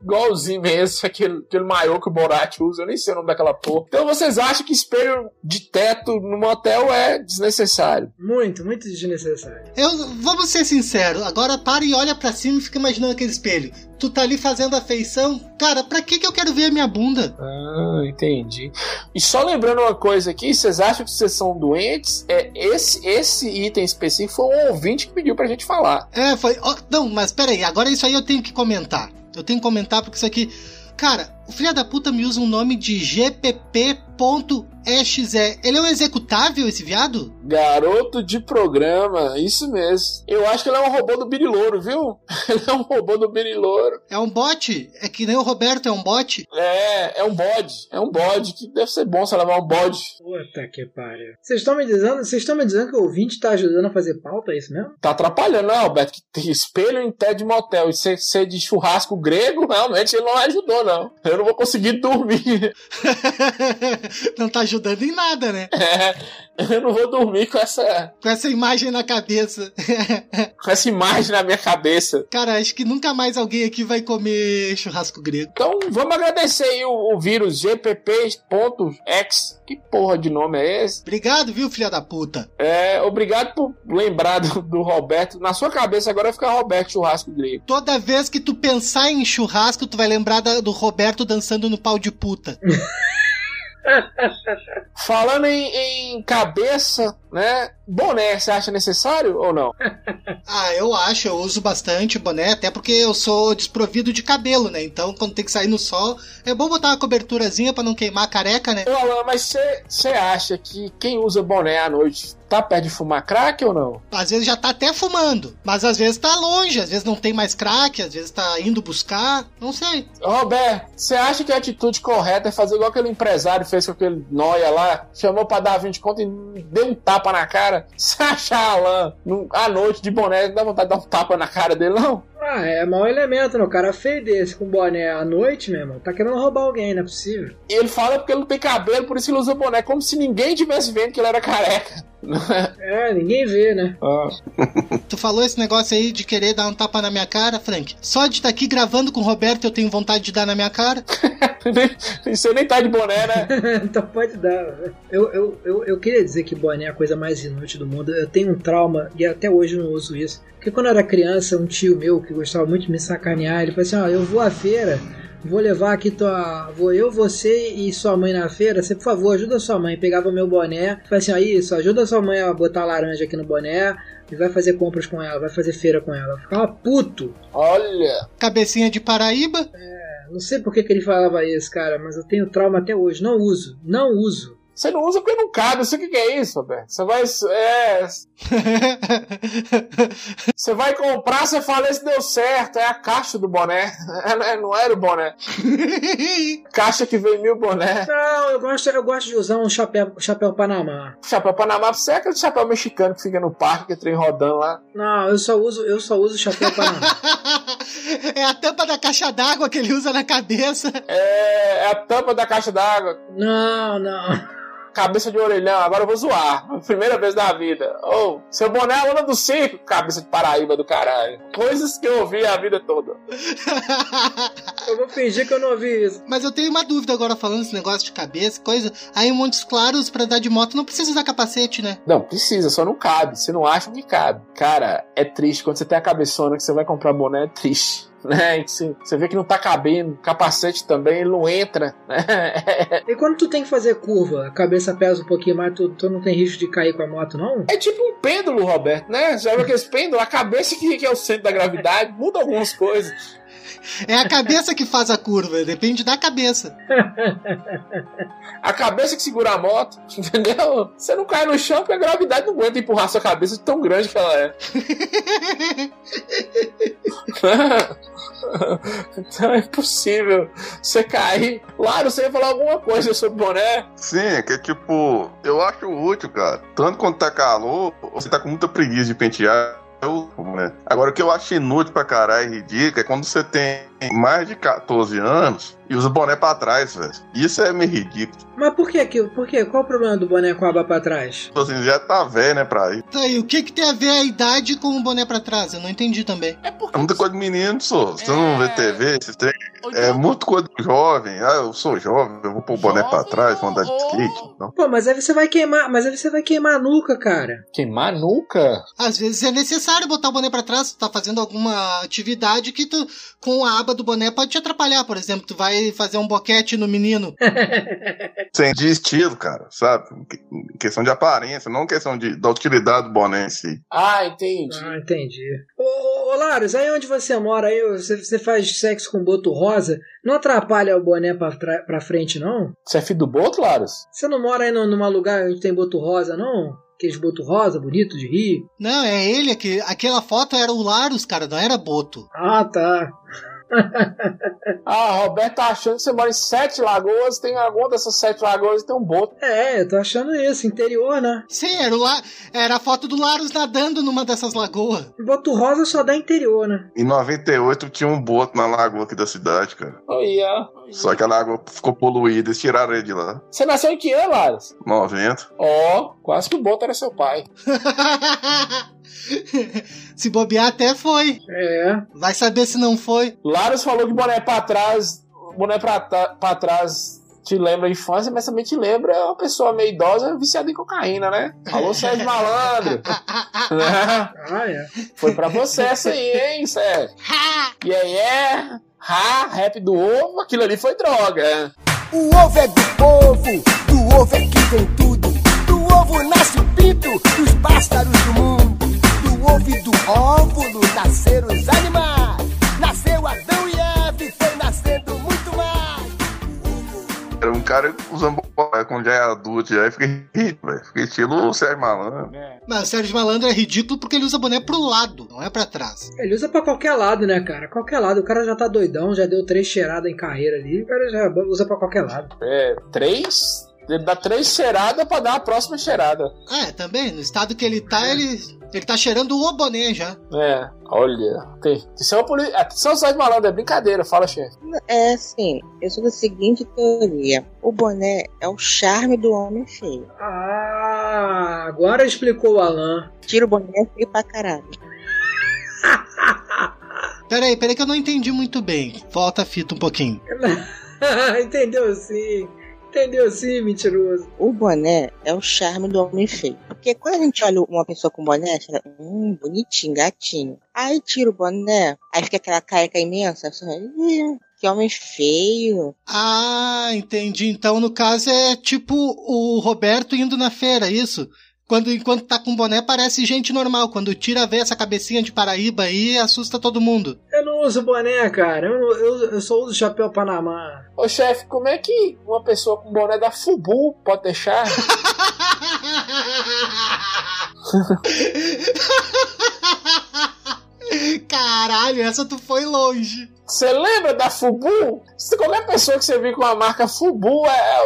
B: Igualzinho mesmo, aquele, aquele maiô que o Borat usa, eu nem sei o nome daquela porra. Então vocês acham que espelho de teto no motel é desnecessário?
C: Muito, muito desnecessário.
D: Eu, vamos ser sinceros, agora para e olha pra cima e fica imaginando aquele espelho. Tu tá ali fazendo a feição? Cara, pra que que eu quero ver a minha bunda?
B: Ah, entendi. E só lembrando uma coisa aqui, vocês acham que vocês são doentes? É, esse, esse item específico foi um ouvinte que pediu pra gente falar.
D: É, foi. ó, não, mas peraí, agora isso aí eu tenho que comentar. Eu tenho que comentar porque isso aqui. Cara, o filho da puta me usa um nome de gpp.exe. Ele é um executável, esse viado?
B: Garoto de programa, isso mesmo. Eu acho que ele é um robô do Birilouro, viu? Ele é um robô do Birilouro.
D: É um bot? É que nem o Roberto é um bot?
B: É, é um bode. É um bode que deve ser bom você levar um bode.
C: Puta que pariu. Vocês estão me dizendo, vocês estão me dizendo que o ouvinte tá ajudando a fazer pauta, é isso mesmo?
B: Tá atrapalhando, né, Alberto? Que tem espelho em pé de motel e ser, ser de churrasco grego, realmente ele não ajudou, não. Eu não vou conseguir dormir.
D: não tá ajudando em nada, né?
B: É, eu não vou dormir com essa,
D: Com essa imagem na cabeça.
B: com essa imagem na minha cabeça.
D: Cara, acho que nunca mais alguém aqui vai comer churrasco grego.
B: Então vamos agradecer aí o, o vírus gpp.x. Que porra de nome é esse?
D: Obrigado, viu, filha da puta?
B: É, obrigado por lembrar do, do Roberto. Na sua cabeça agora fica Roberto Churrasco Grego.
D: Toda vez que tu pensar em churrasco, tu vai lembrar da- do Roberto dançando no pau de puta.
B: Falando em, em cabeça, né? Boné, você acha necessário ou não?
D: Ah, eu acho, eu uso bastante boné, até porque eu sou desprovido de cabelo, né? Então, quando tem que sair no sol, é bom botar uma coberturazinha pra não queimar a careca, né?
B: Ô, Alan, mas você- você acha que quem usa boné à noite tá perto de fumar crack ou não?
D: Às vezes já tá até fumando, mas às vezes tá longe, às vezes não tem mais crack, às vezes tá indo buscar, não sei.
B: Roberto, você acha que a atitude correta é fazer igual aquele empresário fez com aquele noia lá, chamou pra dar 20 conto e deu um tapa na cara? Você acha, Alan, no- à noite de boné, não dá vontade de dar um tapa na cara dele, não?
C: Ah, é mau elemento, não. O cara feio desse com boné à noite, meu irmão. Tá querendo roubar alguém, não é possível.
B: E ele fala porque ele não tem cabelo, por isso ele usa boné, como se ninguém tivesse vendo que ele era careca.
C: É, ninguém vê, né?
B: Ah.
D: Tu falou esse negócio aí de querer dar um tapa na minha cara, Frank? Só de estar aqui gravando com o Roberto eu tenho vontade de dar na minha cara?
B: Você nem tá de boné, né?
C: então pode dar. Eu, eu, eu, eu queria dizer que boné é a coisa mais inútil do mundo. Eu tenho um trauma e até hoje eu não uso isso. Porque quando eu era criança, um tio meu que gostava muito de me sacanear, ele falou assim: Ó, eu vou à feira. Vou levar aqui tua. Vou eu, você e sua mãe na feira. Você, por favor, ajuda sua mãe. Pegava meu boné. Falei assim: ó, isso, ajuda sua mãe a botar laranja aqui no boné. E vai fazer compras com ela, vai fazer feira com ela. Eu Ficava puto.
B: Olha,
D: Cabecinha de Paraíba?
C: Não sei por que, que ele falava isso, cara, mas eu tenho trauma até hoje. Não uso, não uso.
B: Você não usa porque não cabe. Isso o que que é isso, Roberto? Você vai. é, você vai comprar, você fala, esse deu certo. É a caixa do boné. É, não era o boné. Caixa que vem mil boné.
C: Não, eu gosto, eu gosto de usar um chapéu, chapéu Panamá.
B: Chapéu Panamá, você é aquele chapéu mexicano que fica no parque, que trem rodando lá.
C: Não, eu só uso, eu só uso chapéu Panamá.
D: é a tampa da caixa d'água que ele usa na cabeça.
B: É, é a tampa da caixa d'água,
C: Não, não.
B: cabeça de orelhão. Agora eu vou zoar. Primeira vez na vida. Ô, seu boné é lona do circo, cabeça de Paraíba do caralho. Coisas que eu ouvi a vida toda.
C: Eu vou fingir que eu não ouvi isso.
D: Mas eu tenho uma dúvida agora falando esse negócio de cabeça, e coisa. Aí em Montes Claros, pra andar de moto, não precisa usar capacete, né?
B: Não, precisa, só não cabe. Você não acha que cabe. Cara, é triste. Quando você tem a cabeçona que você vai comprar boné, é triste. Né? Você você vê que não tá cabendo, capacete também, ele não entra. Né?
C: E quando tu tem que fazer curva, a cabeça pesa um pouquinho mais, tu, tu não tem risco de cair com a moto, não?
B: É tipo um pêndulo, Roberto, né? Já viu aqueles pêndulos? A cabeça que, que é o centro da gravidade muda algumas coisas.
D: É a cabeça que faz a curva, depende da cabeça.
B: A cabeça que segura a moto, entendeu? Você não cai no chão porque a gravidade não aguenta empurrar a sua cabeça de tão grande que ela é. então é impossível você cair. Claro, você ia falar alguma coisa sobre boné.
E: Sim, é que é tipo, eu acho útil, cara. Tanto quando tá calor, você tá com muita preguiça de pentear. Eu, né? Agora, o que eu acho inútil pra caralho e ridículo é quando você tem mais de 14 anos e usa o boné pra trás, velho. Isso é meio ridículo.
C: Mas por que que? Por que? Qual o problema do boné com a aba pra trás?
E: Tipo Assim, já tá velho, né, pra ir.
D: Tá aí, o que que tem a ver a idade com o boné pra trás? Eu não entendi também.
G: É porque.
E: É muita coisa de menino, sou. Você não
G: É.
E: vê TV, esse trem.
G: ou
E: É
G: então-
E: muito coisa de jovem. Ah, eu sou jovem, eu vou pôr o boné pra
G: Jovem
E: trás, vou andar de
G: ou-
E: skate. Não.
C: Pô, mas aí você vai queimar, mas aí você vai queimar a nuca, cara.
B: Queimar nunca?
D: Às vezes é necessário botar o boné pra trás, tu tá fazendo alguma atividade que tu, com a aba do boné, pode te atrapalhar. Por exemplo, tu vai fazer um boquete no menino.
E: Sem de estilo, cara, sabe? Que- Questão de aparência, não questão de, da utilidade do boné em si.
B: Ah, entendi.
C: Ah, entendi. Ô, ô, ô Laros, aí onde você mora, aí você, você faz sexo com boto rosa, não atrapalha o boné pra, tra- pra frente, não?
B: Você é filho do Boto, Laros?
C: Você não mora aí num numa lugar onde tem boto rosa, não? Aqueles boto rosa, bonito de rir?
D: Não, é ele que aquela foto era o Larus, cara, não era Boto.
C: Ah, tá.
B: Ah, Roberto tá achando que você mora em Sete Lagoas, tem alguma dessas Sete Lagoas e tem um Boto.
C: É, eu tô achando isso, interior, né?
D: Sim, era, o La... era a foto do Larus nadando numa dessas lagoas.
C: Boto rosa só dá interior, né?
E: Em 98 tinha um boto na lagoa aqui da cidade, cara.
B: Oh, yeah.
E: Só que a lagoa ficou poluída, eles tiraram ele de lá.
B: Você nasceu em que ano, Laros?
E: 90.
B: Ó, quase que o Boto era seu pai.
D: se bobear até foi.
C: É.
D: Vai saber se não foi.
B: Laros falou que boné pra trás, boné pra, ta- pra trás te lembra a infância, mas também te lembra uma pessoa meio idosa viciada em cocaína, né? Alô, Sérgio Malandro! Né?
C: Ah, é.
B: Foi pra você essa aí, hein, Sérgio? E aí é... Ha, rap do ovo, aquilo ali foi droga.
A: O ovo é do povo, do ovo é que vem tudo. Do ovo nasce o pinto dos pássaros do mundo. Do ovo e do óvulo nasceram os animais. Nasceu Adão e Eva e foi nascendo muito mais.
E: Era um cara usando boné quando já é adulto, já e fiquei rico, velho. Fiquei estilo o Sérgio Malandro.
D: Mas o Sérgio Malandro é ridículo porque ele usa boné pro lado, não é pra trás.
C: Ele usa pra qualquer lado, né, cara? Qualquer lado. O cara já tá doidão, já deu três cheiradas em carreira ali. O cara já usa pra qualquer lado.
B: É, três... Ele dá três cheiradas pra dar a próxima cheirada.
D: É, também, no estado que ele tá, ele, ele tá cheirando o boné já.
B: É, olha... Tem, isso é uma poli... Atenção, Sérgio Malandro, é brincadeira, fala, chefe.
F: É assim, eu sou da seguinte teoria: o boné é o charme do homem feio.
C: Ah, agora explicou o Alan.
F: Tira o boné e pra caralho.
D: Peraí, peraí que eu não entendi muito bem. Volta a fita um pouquinho.
C: Entendeu sim. Entendeu sim, mentiroso.
F: O boné é o charme do homem feio. Porque quando a gente olha uma pessoa com boné, você fala, hum, bonitinho, gatinho. Aí tira o boné, aí fica aquela careca imensa, você fala, "Ih, que homem feio.
D: Ah, entendi. Então, no caso, é tipo o Roberto indo na feira, isso? Quando, enquanto tá com boné, parece gente normal. Quando tira, vê essa cabecinha de Paraíba aí, assusta todo mundo.
C: É, Eu não uso boné, cara. Eu, não- eu, eu só uso chapéu Panamá.
B: Ô chefe, como é que uma pessoa com boné da Fubu pode ter charme?
D: Caralho, essa tu foi longe.
B: Você lembra da Fubu? Se qualquer pessoa que você vir com a marca Fubu é,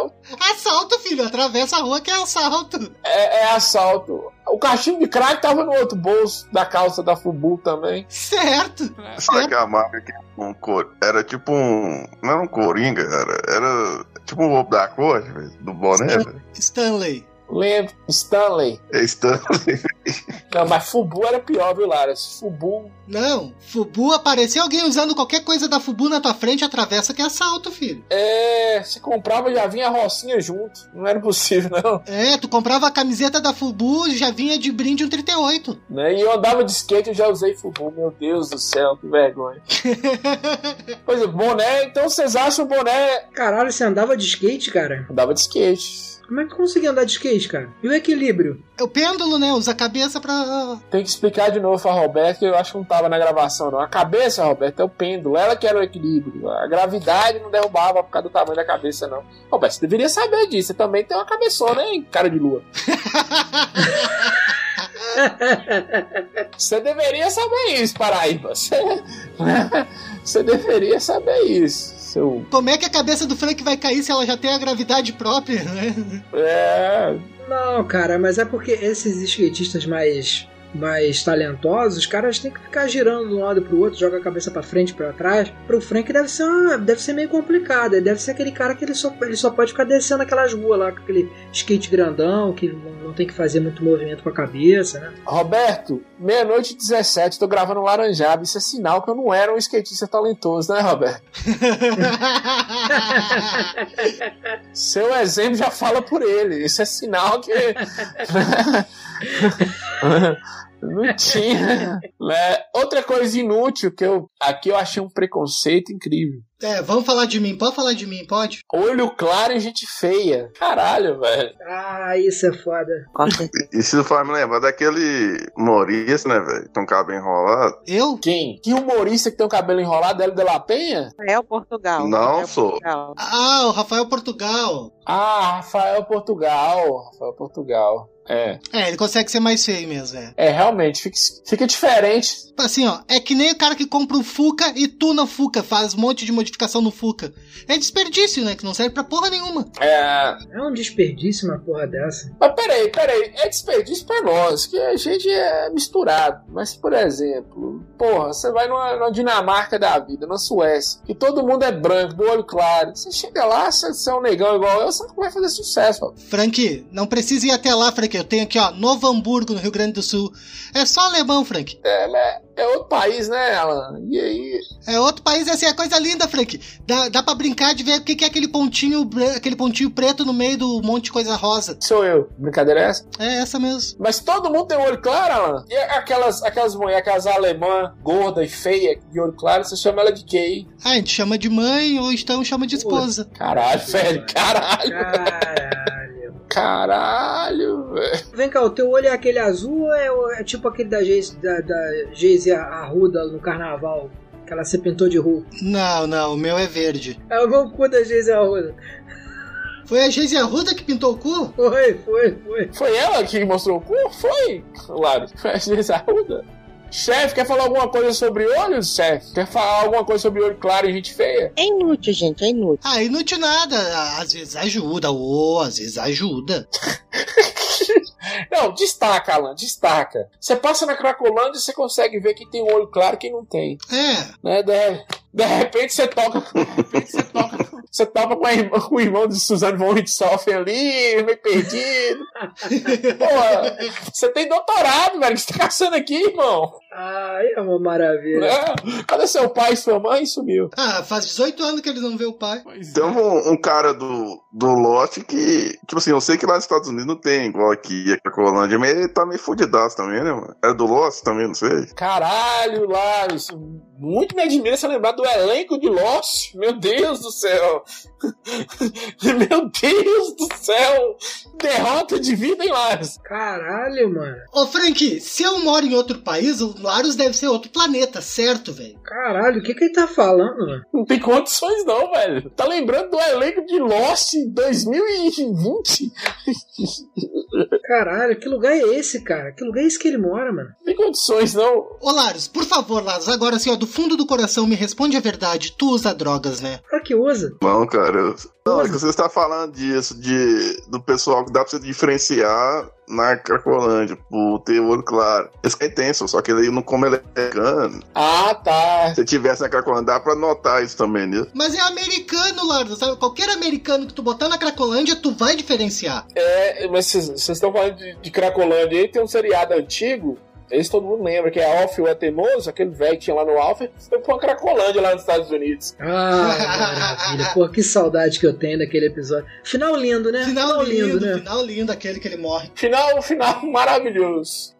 D: Assalto, filho. Atravessa a rua que é assalto.
B: é, é assalto. O cachimbo de crack tava no outro bolso da calça da Fubu também.
D: Certo.
E: Sabe que a marca que um cor... era tipo um. Não era um coringa, era, era tipo um roubo da cor, velho, do boné, velho.
D: Stanley.
B: Lembro, Stanley.
E: É Stanley.
B: Não, mas Fubu era pior, viu, Laras? Fubu.
D: Não, Fubu, aparecer alguém usando qualquer coisa da Fubu na tua frente, atravessa que é assalto, filho.
B: É. Se comprava, já vinha a rocinha junto. Não era possível, não.
D: É, tu comprava a camiseta da Fubu e já vinha de brinde um 38.
B: Né? E eu andava de skate, eu já usei Fubu. Meu Deus do céu, que vergonha. Pois é, boné, então vocês acham boné.
C: Caralho, você andava de skate, cara?
B: Andava de skate.
C: Como é que eu conseguia andar de skate, cara? E o equilíbrio?
D: o pêndulo, né? Usa a cabeça pra.
B: Tem que explicar de novo a Roberta, que eu acho que não tava na gravação, não. A cabeça, Roberta, é o pêndulo. Ela que era o equilíbrio. A gravidade não derrubava por causa do tamanho da cabeça, não. Roberto, você deveria saber disso. Você também tem uma cabeçona, hein, cara de lua. Você deveria saber isso, Paraíba. Você, você deveria saber isso, seu
D: Como é que a cabeça do Frank vai cair se ela já tem a gravidade própria, né?
B: É.
C: Não, cara, mas é porque esses skatistas mais mais talentosos, os caras têm que ficar girando de um lado pro outro, joga a cabeça pra frente, pra trás. Pro Frank deve ser uma, deve ser meio complicado, ele deve ser aquele cara que ele só, ele só pode ficar descendo aquelas ruas lá com aquele skate grandão, que não não tem que fazer muito movimento com a cabeça, né?
B: Roberto, meia-noite e 17, tô gravando Laranjaba. Isso é sinal que eu não era um skatista talentoso, né, Roberto? Seu exemplo já fala por ele. Isso é sinal que. né? Não tinha. né? Outra coisa inútil que eu. Aqui eu achei um preconceito incrível.
D: é, vamos falar de mim. Pode falar de mim, pode?
B: Olho claro e gente feia. Caralho, velho.
C: Ah, isso é foda.
F: Com certeza.
E: Isso faz me lembrar daquele Maurício, né, velho? Com o cabelo enrolado.
D: Eu?
B: Quem? Que humorista que tem o cabelo enrolado? Hélio de la Penha?
F: Rafael É Portugal.
E: Não,
F: Rafael
E: sou.
F: Portugal.
D: Ah, o Rafael Portugal.
B: Ah, Rafael Portugal. Rafael Portugal. É.
D: É, ele consegue ser mais feio mesmo, é.
B: É, realmente, fica, fica diferente.
D: Assim, ó, é que nem o cara que compra o Fuca e tuna o Fuca, faz um monte de modificação no Fuca. É desperdício, né? Que não serve pra porra nenhuma.
B: É.
C: É um desperdício uma porra dessa.
B: Mas peraí, peraí. É desperdício pra nós, que a gente é misturado. Mas, por exemplo, porra, você vai numa, numa Dinamarca da vida, na Suécia, que todo mundo é branco, do olho claro. Você chega lá, se você é um negão igual eu, você não vai fazer sucesso. ó.
D: Frank, não precisa ir até lá, Frank. Eu tenho aqui, ó, Novo Hamburgo, no Rio Grande do Sul. É só alemão, Frank.
B: É, né? é outro país, né, Alan? E aí.
D: É outro país, assim, é coisa linda, Frank. Dá, dá pra brincar de ver o que, que é aquele pontinho, bre- aquele pontinho preto no meio do monte de coisa rosa.
B: Sou eu. Brincadeira é essa?
D: É essa mesmo.
B: Mas todo mundo tem um olho claro, Alan. E aquelas, aquelas mulheres, aquelas alemã, gorda e feia, de olho claro, você chama ela de quem?
D: Ah, a gente chama de mãe ou então chama de esposa.
B: Caralho, velho, caralho,
C: Caralho.
B: caralho, velho.
C: Vem cá, o teu olho é aquele azul ou é, o- é tipo aquele da Geise, da, da Geise Arruda no carnaval? Que ela se pintou de roupa.
D: Não, não, o meu é verde.
C: É o cu da Geise Arruda.
D: Foi a Geise Arruda que pintou o cu?
C: Foi, foi, foi.
B: Foi ela que mostrou o cu? Foi, claro. Foi a Inês Arruda. Chefe, quer falar alguma coisa sobre olhos, chefe? Quer falar alguma coisa sobre olho claro e gente feia?
F: É inútil, gente, é inútil.
D: Ah, inútil nada. Às vezes ajuda, ou às vezes ajuda.
B: Não, destaca, Alan, destaca. Você passa na Cracolândia e você consegue ver quem tem um olho claro e quem não tem.
D: É,
B: né? De, de repente você toca. De repente você toca. Você topa com, a irmã- com o irmão de Suzanne von Richthofen ali, meio perdido. Porra, você tem doutorado, velho. O que você tá caçando aqui, irmão?
C: Ah, é uma maravilha.
B: É, cadê seu pai e sua mãe? Sumiu.
D: Ah, faz 18 anos que eles não vê o pai.
E: Tem um, um cara do, do lote que, tipo assim, eu sei que lá nos Estados Unidos não tem igual aqui, a Colândia, mas ele tá meio fudidaço também, né, mano? É do lote também, não sei.
B: Caralho, lá. isso- muito me admira você lembrar do elenco de Lost. Meu Deus do céu. Meu Deus do céu. Derrota de vida em Lars.
C: Caralho, mano.
D: Ô, Frank, se eu moro em outro país, eu- Larus deve ser outro planeta, certo, velho?
C: Caralho, o que que ele tá falando, mano?
B: Não tem condições, não, velho. Tá lembrando do elenco de Lost em 2020?
C: Caralho, que lugar é esse, cara? Que lugar é esse que ele mora, mano?
B: Não tem condições, não.
D: Ô, Larus, por favor, Larus, agora assim, ó, do fundo do coração, me responde a verdade. Tu usa drogas, né?
C: Pra que usa?
E: Não, cara. eu- Não, é que você está falando disso, de, do pessoal que dá pra você diferenciar na Cracolândia, por ter o olho claro. Esse cara é intenso, só que ele não come ele é vegano.
B: Ah, tá.
E: Se tivesse na Cracolândia, dá pra notar isso também, né?
D: Mas é americano, Larus, sabe? Qualquer americano que tu botar na Cracolândia, tu vai diferenciar.
B: É, mas vocês- vocês estão falando de, de Cracolândia aí, tem um seriado antigo. Esse todo mundo lembra, que é Alf o Atemoso, aquele velho que tinha lá no Alf, foi pra uma Cracolândia lá nos Estados Unidos.
C: Ah, maravilha. Pô, que saudade que eu tenho daquele episódio. Final lindo,
B: É,
C: né?
D: Final lindo,
C: né?
D: final lindo, aquele que ele morre.
B: Final, um final maravilhoso.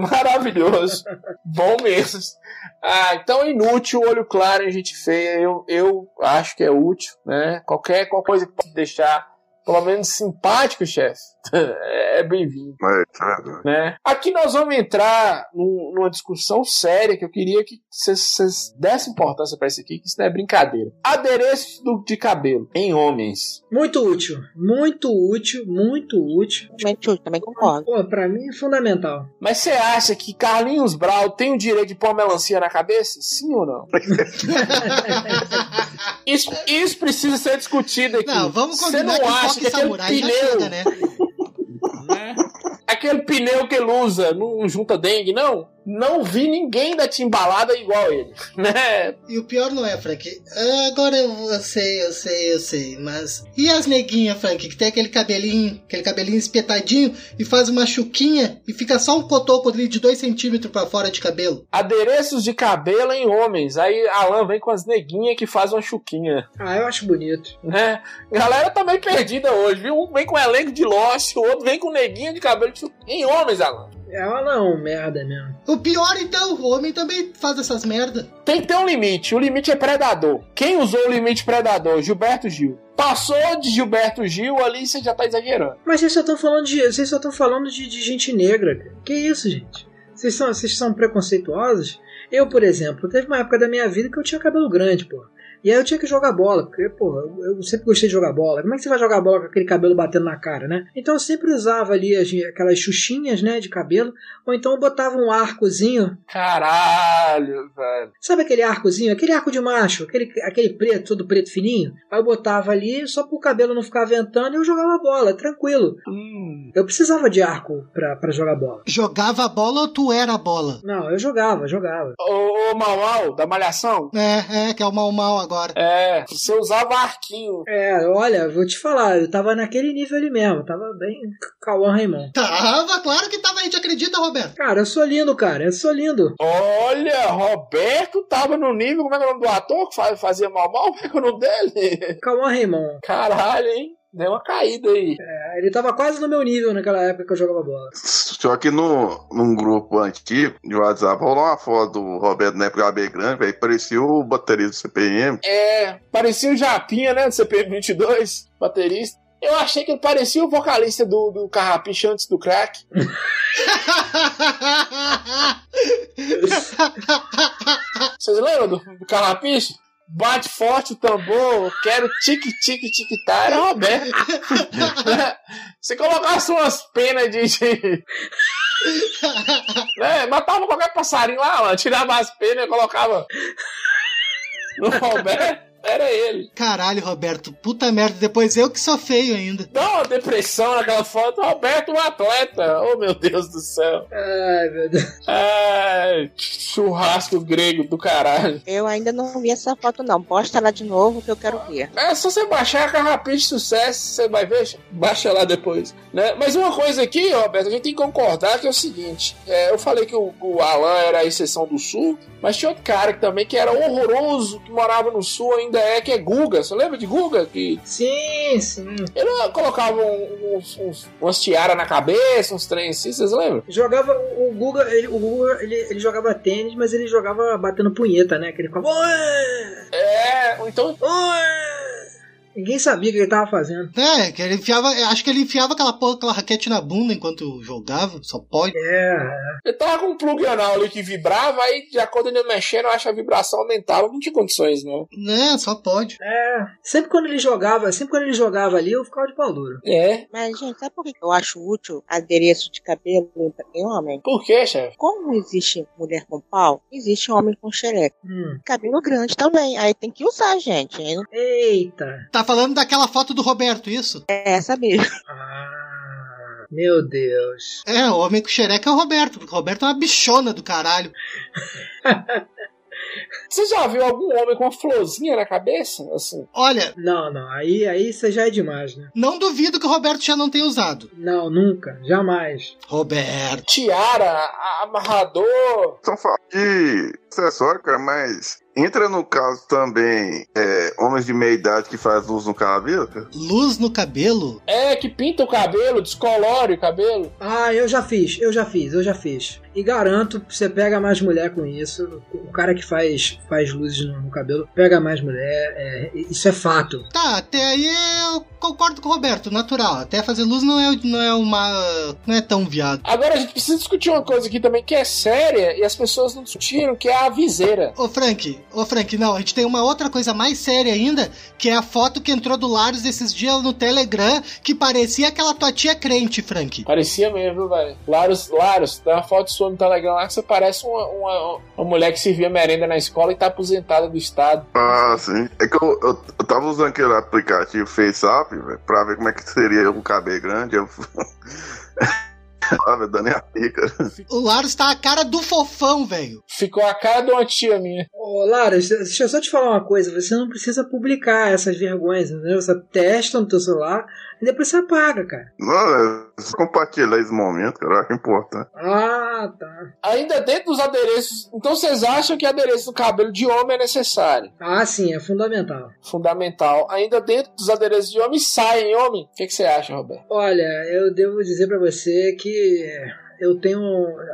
B: Maravilhoso. Bom mesmo. Ah, então é inútil, olho claro em gente feia. Eu, eu acho que é útil, né? Qualquer, qualquer coisa que possa deixar, pelo menos simpático, chefe, é bem-vindo
E: É, isso é verdade.
B: né? Aqui nós vamos entrar num- numa discussão séria que eu queria que vocês- vocês dessem importância pra isso aqui, que isso não é brincadeira. Adereço do- de cabelo em homens.
C: Muito útil. Muito útil, muito útil.
F: Também, tio, também concordo.
C: Pô, pra mim é fundamental.
B: Mas você acha que Carlinhos Brau tem o direito de pôr uma melancia na cabeça? Sim ou não? Isso, isso precisa ser discutido aqui.
D: Não, vamos
B: Você não
D: combinar que o
B: acha
D: Foque
B: que aquele
D: Samurai já
B: pneu,
D: chega, né?
B: aquele pneu que ele usa não junta dengue, não? Não vi ninguém da timbalada igual ele, né?
D: E o pior não é, Frank. Ah, Agora eu, eu sei, eu sei, eu sei, mas. E as neguinhas, Frank, que tem aquele cabelinho, aquele cabelinho espetadinho e faz uma chuquinha e fica só um cotoco ali de dois centímetros pra fora de cabelo?
B: Adereços de cabelo em homens. Aí Alan vem com as neguinhas que faz uma chuquinha,
C: Ah, eu acho bonito.
B: né? Galera tá meio perdida hoje, viu? Um vem com elenco de Lost, o outro vem com neguinha de cabelo de chuquinha. Em homens, Alan.
C: Ela É não, merda mesmo.
D: O pior então, o homem também faz essas merda.
B: Tem que ter um limite. O limite é predador. Quem usou o limite predador? Gilberto Gil. Passou de Gilberto Gil, ali você já tá exagerando.
C: Mas vocês só estão falando de. Vocês só estão falando de, de gente negra, cara. Que isso, gente? Vocês são, vocês são preconceituosos? Eu, por exemplo, teve uma época da minha vida que eu tinha cabelo grande, pô. E aí eu tinha que jogar bola, porque, pô, eu, eu sempre gostei de jogar bola. Como é que você vai jogar bola com aquele cabelo batendo na cara, né? Então eu sempre usava ali as- aquelas xuxinhas, né, de cabelo, ou então eu botava um arcozinho
B: Caralho, velho.
C: Sabe aquele arcozinho? Aquele arco de macho, aquele, aquele preto, todo preto fininho. Aí eu botava ali só pro cabelo não ficar ventando e eu jogava bola, tranquilo.
B: Hum.
C: Eu precisava de arco pra, pra jogar bola.
D: Jogava a bola ou tu era a bola?
C: Não, eu jogava, jogava.
B: Ô, ô Mau Mau, da Malhação.
D: É, é, que é o mal mal agora.
B: É, você usava arquinho.
C: É, olha, vou te falar, eu tava naquele nível ali mesmo, tava bem Cauã Raymond.
D: Tava, claro que tava, a gente acredita, Roberto.
C: Cara, eu sou lindo, cara, eu sou lindo.
B: Olha, Roberto tava no nível. Como é que é o nome do ator que fa- fazia mal mal? Como é que é o nome dele?
C: Cauã Raymond.
B: Caralho, hein? Deu uma caída aí.
C: É, ele tava quase no meu nível naquela época que eu jogava bola.
E: Só que no, num grupo antigo de WhatsApp rolou uma foto do Roberto na época AB grande, velho. Parecia o baterista do CPM.
B: É, parecia o Japinha, né? Do CP22, baterista. Eu achei que ele parecia o vocalista do, do Carrapicho antes do crack. Vocês lembram do, do Carrapicho? Bate forte o tambor, quero tique-tique-tique-tá. tá, Era o Roberto. Se colocasse umas penas de- de, né? Matava qualquer passarinho lá, mano. Tirava as penas e colocava no Roberto. Era ele.
D: Caralho, Roberto, puta merda, depois eu que sou feio ainda.
B: Dá uma depressão naquela foto. Roberto, um atleta. Oh, meu Deus do céu.
C: Ai, meu Deus.
B: Ai, churrasco grego do caralho.
F: Eu ainda não vi essa foto, não. Posta lá de novo que eu quero ver.
B: É só você baixar a Carrapiche Sucesso, você vai ver, xa. baixa lá depois. Né? Mas uma coisa aqui, Roberto, a gente tem que concordar que é o seguinte: é, eu falei que o, o Alan era a exceção do Sul, mas tinha outro cara que também que era horroroso, que morava no Sul, ainda é, que é Guga. Você lembra de Guga? Que
C: Sim, sim.
B: Ele colocava um- uns, uns- umas tiaras na cabeça, uns trem assim, vocês lembram?
C: Jogava o Guga, ele, o Guga ele, ele jogava tênis, mas ele jogava batendo punheta, né? Que ele ficava. "Ué,
B: É, ou então
C: ué". Ninguém sabia o que ele tava fazendo.
D: É, que ele enfiava. eu Acho que ele enfiava aquela porra, aquela raquete na bunda enquanto jogava, só pode.
C: É,
B: Eu tava com um plug anal ali que vibrava, aí de acordo com ele mexendo, eu acho que a vibração aumentava. Não tinha condições, não.
D: Né, só pode.
C: é. Sempre quando ele jogava, sempre quando ele jogava ali, eu ficava de pau duro.
B: É.
F: Mas, gente, sabe por que eu acho útil adereço de cabelo em homem?
B: Por quê, chefe?
F: Como existe mulher com pau, existe homem com xereca.
C: Hum.
F: Cabelo grande também. Aí tem que usar, gente. Aí não-
C: Eita.
D: Tá falando daquela foto do Roberto, isso?
F: É essa mesmo.
C: Ah, meu Deus.
D: É, o homem com xereca é o Roberto, porque o Roberto é uma bichona do caralho.
B: Você já viu algum homem com uma florzinha na cabeça? Assim.
D: Olha,
C: Não, não. Aí, aí você já é demais, né?
D: não duvido que o Roberto já não tenha usado.
C: Não, nunca. Jamais.
D: Roberto.
B: Tiara, a- amarrador.
E: Só fala de acessório, cara, mas entra no caso também é, homens de meia idade que faz luz no cabelo, cara.
D: Luz no cabelo?
B: É, que pinta o cabelo, descolore o cabelo.
C: Ah, eu já fiz, eu já fiz, eu já fiz. E garanto, você pega mais mulher com isso. O cara que faz, faz luzes no, no cabelo pega mais mulher. é, isso é fato.
D: Tá, até aí eu concordo com o Roberto, natural. Até fazer luz não é, não é uma. não é tão viado.
B: Agora a gente precisa discutir uma coisa aqui também que é séria e as pessoas não discutiram, que é a viseira.
D: Ô Frank, ô Frank, não, a gente tem uma outra coisa mais séria ainda, que é a foto que entrou do Larios esses dias no Telegram, que parecia aquela tua tia crente, Frank.
B: Parecia mesmo, viu, velho? Laros, Laros, tem uma foto sua no Telegram lá que você parece uma, uma, uma mulher que servia merenda na escola e tá aposentada do Estado.
E: Ah, sim. É que eu, eu, eu tava usando aquele aplicativo FaceApp, velho, pra ver como é que seria um cabelo grande. Eu... ah, velho, dando a pica.
D: O Larios tá a cara do fofão, velho.
B: Ficou a cara de uma tia minha.
C: Ô, Lara, deixa eu só te falar uma coisa. Você não precisa publicar essas vergonhas, entendeu? Você testa no teu celular e depois você apaga, cara.
E: Não, é só compartilhar esse momento, cara, que importante.
C: Ah, tá.
B: Ainda dentro dos adereços. Então vocês acham que adereço no cabelo de homem é necessário?
C: Ah, sim, é fundamental.
B: Fundamental. Ainda dentro dos adereços de homem, saem homem. O que, que você acha, Roberto?
C: Olha, eu devo dizer pra você que eu tenho.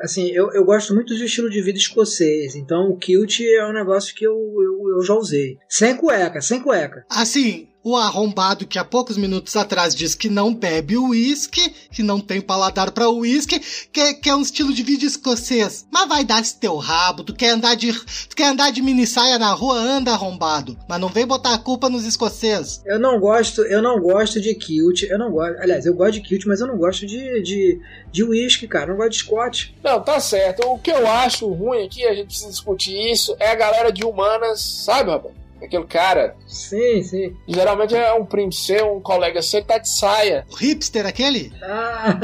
C: Assim, eu, eu gosto muito do estilo de vida escocês. Então o kilt é um negócio que eu, eu, eu já usei. Sem cueca, sem cueca.
D: Assim, o arrombado que há poucos minutos atrás disse que não bebe uísque, que não tem paladar pra uísque, que, que é um estilo de vida escocês. Mas vai dar esse teu rabo, tu quer andar de, tu quer andar de mini saia na rua, anda arrombado. Mas não vem botar a culpa nos escoceses.
C: Eu não gosto, eu não gosto de kilt. Eu não gosto. Aliás, eu gosto de kilt, mas eu não gosto de, de, de whisky, cara. Eu não gosto de Scott.
B: Não, tá certo. O que eu acho ruim aqui, a gente precisa discutir isso, é a galera de humanas, sabe, Roberto? Aquele cara.
C: Sim, sim.
B: Geralmente é um primo seu, um colega seu que tá de saia.
D: O hipster aquele?
C: Ah,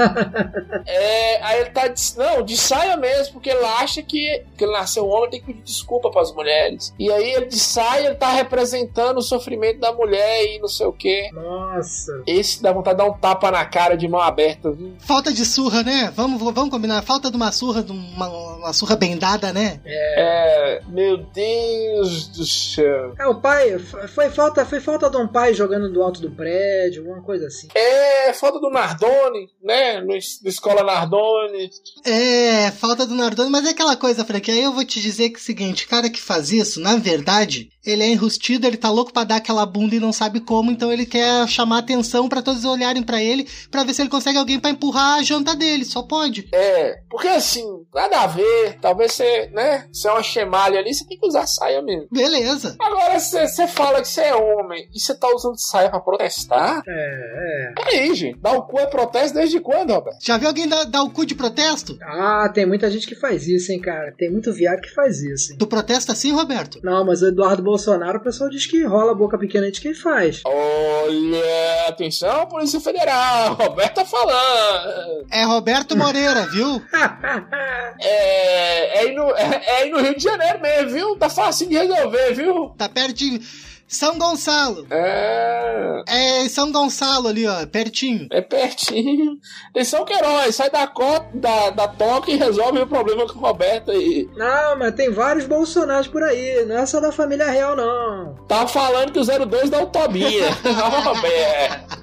B: É, aí ele tá de, não, de saia mesmo, porque ele acha que, que ele nasceu um homem, tem que pedir desculpa pras mulheres. E aí ele de saia, ele tá representando o sofrimento da mulher e não sei o quê.
C: nossa.
B: Esse dá vontade de dar um tapa na cara de mão aberta, viu?
D: Falta de surra, né? Vamos, vamos combinar. Falta de uma surra, de uma, uma surra bendada, né?
B: É, meu Deus do céu.
C: É, o pai. f- Foi falta, foi falta de um pai jogando do alto do prédio, alguma coisa assim.
B: É, foto do Nardone, né? No, es- da escola Nardone.
D: É, falta do Nardone, mas é aquela coisa, Frank. Aí eu vou te dizer que é o seguinte: o cara que faz isso, na verdade, ele é enrustido, ele tá louco pra dar aquela bunda e não sabe como, então ele quer chamar atenção pra todos olharem pra ele, pra ver se ele consegue alguém pra empurrar a janta dele. Só pode.
B: É, porque assim, nada a ver. Talvez você, né? Você é uma chemalha ali, você tem que usar saia mesmo.
D: Beleza.
B: Agora, se você fala que você é homem e você tá usando saia pra protestar,
C: É, é.
B: Peraí, gente. Dar o cu é protesto desde quando, Roberto?
D: Já viu alguém dar, dar o cu de protesto?
C: Ah, tem muita gente que faz isso, hein, cara. Tem muito viado que faz isso, hein.
D: Tu protesta assim, Roberto?
C: Não, mas o Eduardo Bolsonaro, o pessoal diz que rola a boca pequena de quem faz.
B: Olha, atenção, Polícia Federal. Roberto tá falando.
D: É Roberto Moreira, viu?
B: É, é, aí no, é, é aí no Rio de Janeiro mesmo, viu? Tá facinho de resolver, viu?
D: Tá pertinho. São Gonçalo.
B: É.
D: É em São Gonçalo ali, ó, pertinho.
B: É pertinho. Atenção, Queiroz. Sai da, co- da, da toca e resolve o problema com o Roberto aí.
C: Não, mas tem vários Bolsonaros por aí. Não é só da família real, não.
B: Tá falando que o 02 dá o Tobinha. Roberto.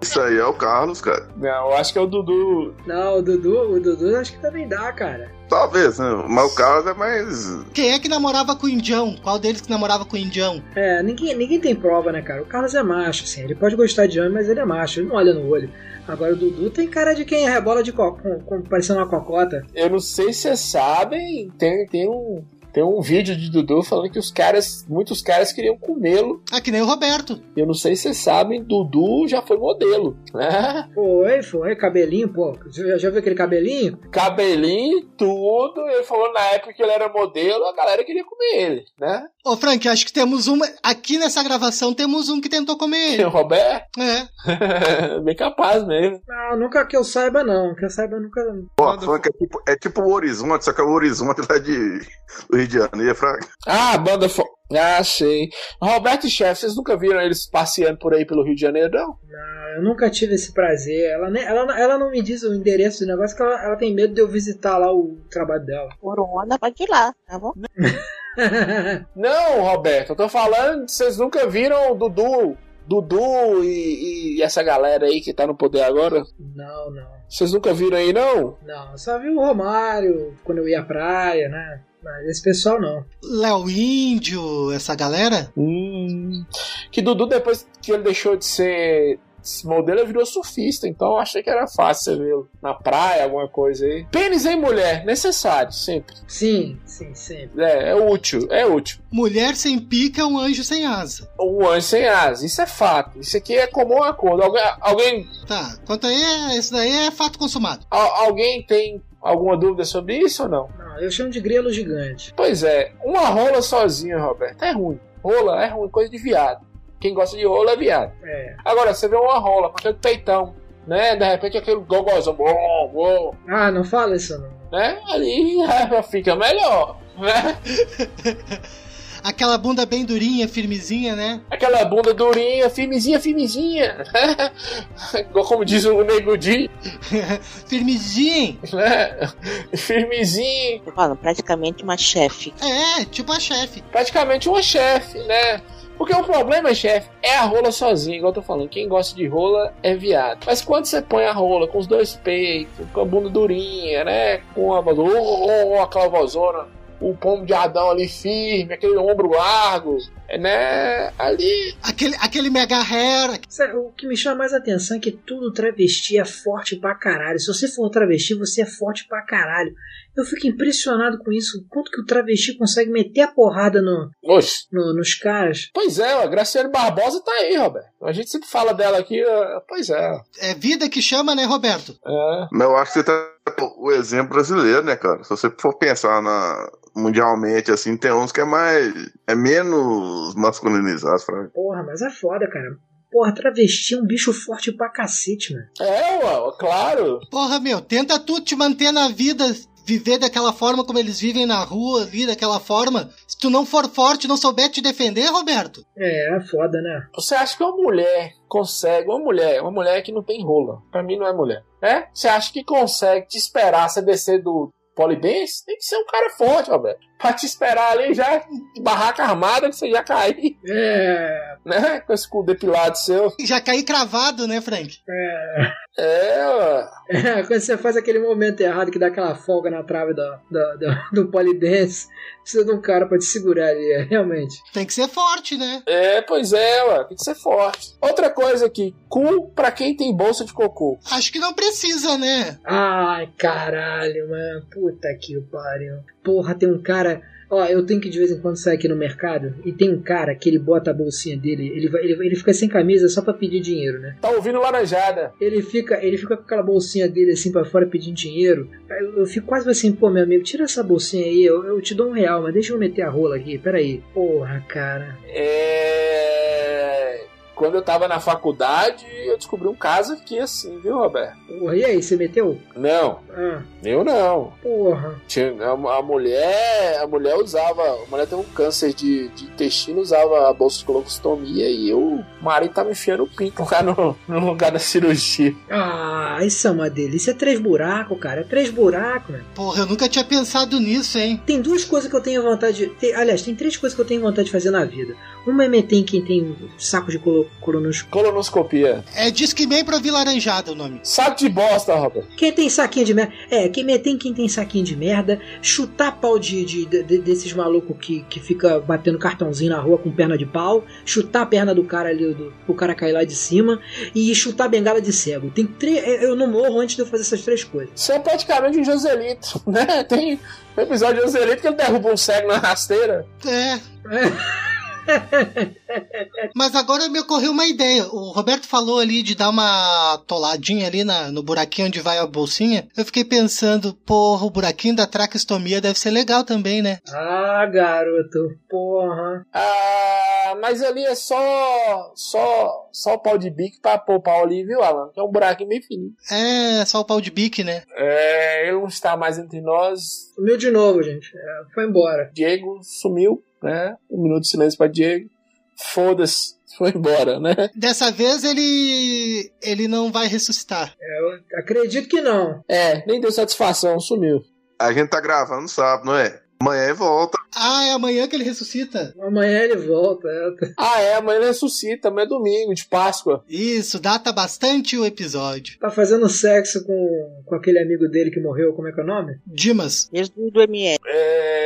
E: Isso aí é o Carlos, cara.
B: Não, eu acho que é o Dudu.
C: Não, o Dudu, o Dudu acho que também dá, cara.
E: Talvez, né? Mas o Carlos é mais.
D: Quem é que namorava com o Indião? Qual deles que namorava com o Indião?
C: É, ninguém, ninguém tem prova, né, cara? O Carlos é macho, assim. Ele pode gostar de homem, mas ele é macho. Ele não olha no olho. Agora o Dudu tem cara de quem rebola de co com, com- parecendo uma cocota.
B: Eu não sei se vocês sabem, tem, tem um. Tem um vídeo de Dudu falando que os caras, muitos caras queriam comê-lo.
D: Ah, que nem o Roberto.
B: Eu não sei se vocês sabem, Dudu já foi modelo. né?
C: Foi, foi. Cabelinho, pô. Já, já viu aquele cabelinho?
B: Cabelinho, tudo. Ele falou na época que ele era modelo, a galera queria comer ele, né?
D: Ô, Frank, acho que temos um. Aqui nessa gravação temos um que tentou comer
B: E
D: ele.
B: o Roberto,
D: É.
B: bem capaz mesmo.
C: Não, Ah, nunca que eu saiba, não. Que eu saiba, nunca.
E: Ó, Frank é tipo, é tipo o Horizonte, só que é o Horizonte lá de do Rio de Janeiro, Frank.
B: Ah, banda fo... Ah, sei. Roberto e Chefe, vocês nunca viram eles passeando por aí pelo Rio de Janeiro, não?
C: Eu nunca tive esse prazer. Ela, nem, ela, ela não me diz o endereço do negócio, que ela, ela tem medo de eu visitar lá o trabalho dela.
F: Corona, pode ir lá, tá bom?
B: Não, Roberto, eu tô falando, vocês nunca viram o Dudu, Dudu e, e essa galera aí que tá no poder agora?
C: não, não.
B: Vocês nunca viram aí, não?
C: Não, eu só vi o Romário quando eu ia à praia, né? Mas esse pessoal não.
D: Léo Índio, essa galera?
B: Hum. Que Dudu, depois que ele deixou de ser modelo, ele virou surfista, então eu achei que era fácil você vê-lo na praia, alguma coisa aí. Pênis em mulher, necessário, sempre.
C: Sim, sim, sempre.
B: É, é útil, é útil.
D: Mulher sem pica é um anjo sem asa.
B: Um anjo sem asa, isso é fato. Isso aqui é comum acordo. Alguém, alguém,
D: Tá, quanto aí, é- isso daí é fato consumado.
B: al- alguém tem alguma dúvida sobre isso ou não?
C: Não, eu chamo de grelo gigante.
B: Pois é, uma rola sozinha, Roberto, é ruim. Rola é ruim, coisa de viado. Quem gosta de rola é viado.
C: É.
B: Agora, você vê uma rola com aquele peitão, né? De repente aquele gogozão, bom, bom,
C: Ah, não fala isso não.
B: né? Ali já fica melhor, né?
D: Aquela bunda bem durinha, firmezinha, né?
B: Aquela bunda durinha, firmezinha, firmezinha, né? Igual Como diz o Nego Di,
D: Firmezinha.
B: né? Firmezinho,
F: Tô falando, praticamente uma chefe.
D: É, tipo a chefe.
B: praticamente uma chefe, né? Porque o problema, chefe, é a rola sozinha, igual eu tô falando. Quem gosta de rola é viado. Mas quando você põe a rola com os dois peitos, com a bunda durinha, né? Com a, oh, aquela vozona, o pombo de Adão ali firme, aquele ombro largo, né? Ali.
D: Aquele, aquele mega hair.
C: Sabe, o que me chama mais atenção é que tudo travesti é forte pra caralho. Se você for travesti, você é forte pra caralho. Eu fico impressionado com isso. o Quanto que o travesti consegue meter a porrada no,
B: Oxe.
C: no- nos caras.
B: Pois é, a Graciane Barbosa tá aí, Roberto. A gente sempre fala dela aqui, ó, pois é.
D: É vida que chama, né, Roberto?
B: é.
E: Mas eu acho que você tá o exemplo brasileiro, né, cara? Se você for pensar na, mundialmente, assim, tem uns que é mais. é menos masculinizado, Frank.
C: Porra, mas é foda, cara. Porra, travesti é um bicho forte pra cacete, mano.
B: É, ué, claro.
D: Porra, meu, tenta tu te manter na vida, viver daquela forma como eles vivem na rua ali, daquela forma. Se tu não for forte, não souber te defender, Roberto.
C: É, é foda, né?
B: Você acha que uma mulher consegue, uma mulher, uma mulher que não tem rola, pra mim não é mulher, né? Você acha que consegue te esperar você descer do polidense? Tem que ser um cara forte, Roberto. Pra te esperar ali já de barraca armada que você já cair,
C: É.
B: né? Com esse cu depilado seu.
D: Já caí cravado, né, Frank?
C: É.
B: É, ó.
C: é, quando você faz aquele momento errado que dá aquela folga na trave da, da, da- do polidense, precisa de um cara pra te segurar ali, é, realmente.
D: Tem que ser forte, né?
B: é, pois é, ó. tem que ser forte. Outra coisa aqui, cu pra quem tem bolsa de cocô.
D: Acho que não precisa, né?
C: Ai, caralho, mano. Puta que pariu. Porra, tem um cara. Ó, eu tenho que de vez em quando sair aqui no mercado e tem um cara que ele bota a bolsinha dele, ele, vai- ele, ele fica sem camisa só pra pedir dinheiro, né?
B: Tá ouvindo laranjada.
C: Ele fica, ele fica com aquela bolsinha dele assim pra fora pedindo dinheiro. Aí Eu, eu fico quase assim, pô, meu amigo, tira essa bolsinha aí, eu, eu te dou um real, mas deixa eu meter a rola aqui, peraí. Porra, cara.
B: É... Quando eu tava na faculdade, eu descobri um caso aqui assim, viu, Roberto?
C: Porra, e aí, você meteu?
B: Não,
C: Ah,
B: eu não.
C: porra.
B: Tinha- a, a mulher a mulher usava a mulher teve um câncer de, de intestino usava a bolsa de colostomia e o marido tava enfiando o pinto lá no, no lugar da cirurgia
C: Ah, isso é uma delícia. É três buracos, cara. É três buracos, mano.
D: Porra, eu nunca tinha pensado nisso, hein?
C: Tem duas coisas que eu tenho vontade de. tem- aliás, tem três coisas que eu tenho vontade de fazer na vida. Um meme tem quem tem um saco de colo colonoscopia.
B: Colonoscopia.
D: É Disque Man pra Vila Laranjada o nome.
B: Saco de bosta, Robert.
C: Quem tem saquinho de merda. É, quem me- tem quem tem saquinho de merda, chutar pau de, de- de- desses malucos que, que fica batendo cartãozinho na rua com perna de pau, chutar a perna do cara ali, do, o cara cair lá de cima, e chutar a bengala de cego. Tem três. é, Eu não morro antes de eu fazer essas três coisas.
B: Isso é praticamente um Joselito, né? Tem um episódio de Joselito que ele derruba um cego na rasteira.
D: É. Mas agora me ocorreu uma ideia. O Roberto falou ali de dar uma toladinha ali na- no buraquinho onde vai a bolsinha. Eu fiquei pensando, porra, o buraquinho da traqueostomia deve ser legal também, né?
C: Ah, garoto, porra.
B: Ah, mas ali é só só só pau de bico pra poupar o ali, viu, Alan? Que é um buraquinho bem fininho.
D: É, só o pau de bique, né?
B: É, ele não está mais entre nós.
C: Sumiu de novo, gente. É, foi embora.
B: Diego sumiu, né? Um minuto de silêncio pra Diego. Foda-se, foi embora, né?
D: Dessa vez ele ele não vai ressuscitar.
C: Eu acredito que não.
B: É, nem deu satisfação, sumiu.
E: A gente tá gravando sábado, não é? Amanhã volta.
D: Ah, é amanhã que ele ressuscita.
C: Amanhã ele volta. é.
B: Ah, é, amanhã ele ressuscita, amanhã é domingo, de Páscoa.
D: Isso, data bastante o episódio.
C: Tá fazendo sexo com, com aquele amigo dele que morreu, como é que é o nome?
D: Dimas,
F: Jesus do ML.
B: É.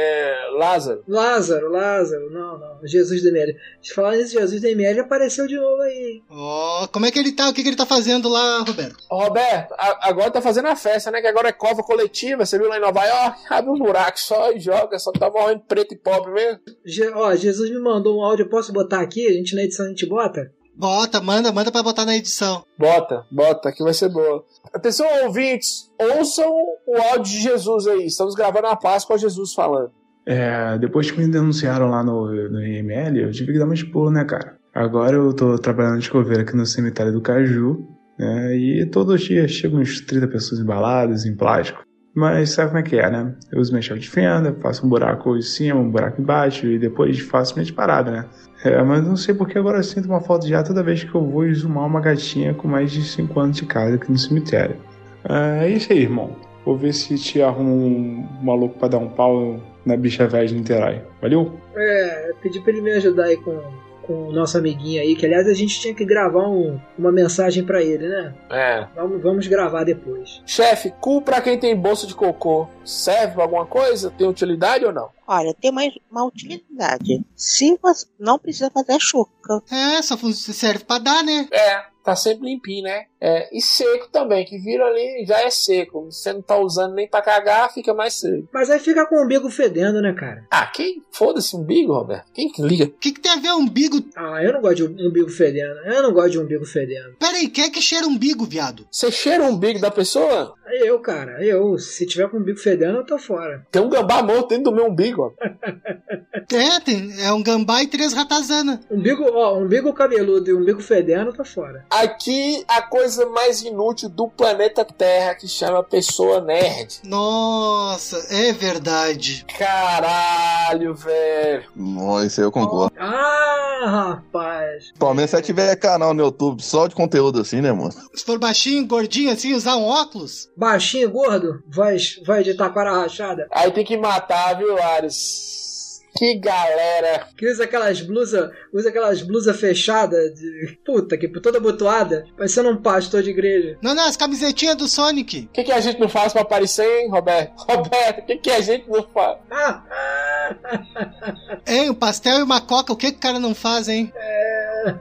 B: Lázaro.
C: Lázaro, Lázaro, não, não, Jesus do ML. Se falar nisso, Jesus do ML apareceu de novo aí. hein?
D: ó, como é que ele tá? O que, que ele tá fazendo lá, Roberto?
B: Ô, Roberto, a- agora tá fazendo a festa, né? Que agora é cova coletiva. Você viu lá em Nova York? Abre um buraco só e joga, só tá morrendo preto e pobre mesmo.
C: Je- ó, Jesus me mandou um áudio, eu posso botar aqui? A gente na edição a gente bota?
D: Bota, manda, manda pra botar na edição.
B: Bota, bota, que vai ser boa. Atenção, ouvintes, ouçam o áudio de Jesus aí. Estamos gravando a Páscoa com Jesus falando.
G: É, depois que me denunciaram lá no, no IML, eu tive que dar umas pulos, né, cara? Agora eu tô trabalhando de escoveiro aqui no cemitério do Caju, né? E todo dia chegam uns 30 pessoas embaladas em plástico. Mas sabe como é que é, né? Eu uso minha chave de fenda, faço um buraco em cima, um buraco embaixo e depois faço minha disparada, né? É, mas não sei porque agora eu sinto uma falta de ar toda vez que eu vou exumar uma gatinha com mais de 5 anos de casa aqui no cemitério. É, é isso aí, irmão. Vou ver se te arrumo um maluco pra dar um pau na bicha velha de Niterói. Valeu?
C: É, eu pedi pra ele me ajudar aí com, com o nosso amiguinho aí, que aliás a gente tinha que gravar um- uma mensagem pra ele, né?
B: É.
C: Vamos, vamos gravar depois.
B: Chefe, cu pra quem tem bolsa de cocô. Serve pra alguma coisa? Tem utilidade ou não?
F: Olha, tem mais uma utilidade. Cinco as- não precisa fazer a chuca.
D: É, só fun- serve pra dar, né?
B: É, tá sempre limpinho, né? É, e seco também, que vira ali já é seco. Você não tá usando nem pra cagar, fica mais seco.
C: Mas aí fica com o umbigo fedendo, né, cara?
B: Ah, quem? Foda-se umbigo, Roberto. Quem que liga?
D: O que, que tem a ver umbigo?
C: Ah, eu não gosto de umbigo fedendo, eu não gosto de umbigo fedendo.
D: Peraí, quem é que cheira umbigo, viado?
B: Você cheira o umbigo da pessoa?
C: Eu, cara, eu, se tiver com o umbigo fedendo, eu tô fora.
B: Tem um gambá morto dentro do meu umbigo, ó.
D: É, tem, é um gambá e três ratazana.
C: Umbigo, ó, umbigo cabeludo e umbigo fedendo, eu tô fora.
B: Aqui, a coisa mais inútil do planeta Terra, que chama pessoa nerd.
D: Nossa, é verdade.
B: Caralho, velho.
E: Não, isso aí eu concordo.
C: Ah, rapaz.
E: Pelo menos se tiver canal no YouTube só de conteúdo assim, né, mano?
D: Se for baixinho, gordinho assim, usar um óculos?
C: Baixinho, gordo, voz, voz de taquara rachada.
B: Aí tem que matar, viu, Ares? Que galera.
C: Que usa aquelas blusas, usa aquelas blusas fechadas de puta que toda botuada, parecendo um pastor de igreja.
D: Não, não, as camisetinhas do Sonic.
B: O que, que a gente não faz pra aparecer, hein, Roberto? Roberto, o que, que a gente não faz?
C: Ah, ah.
D: Hein, um pastel e uma coca, o que, que o cara não faz, hein?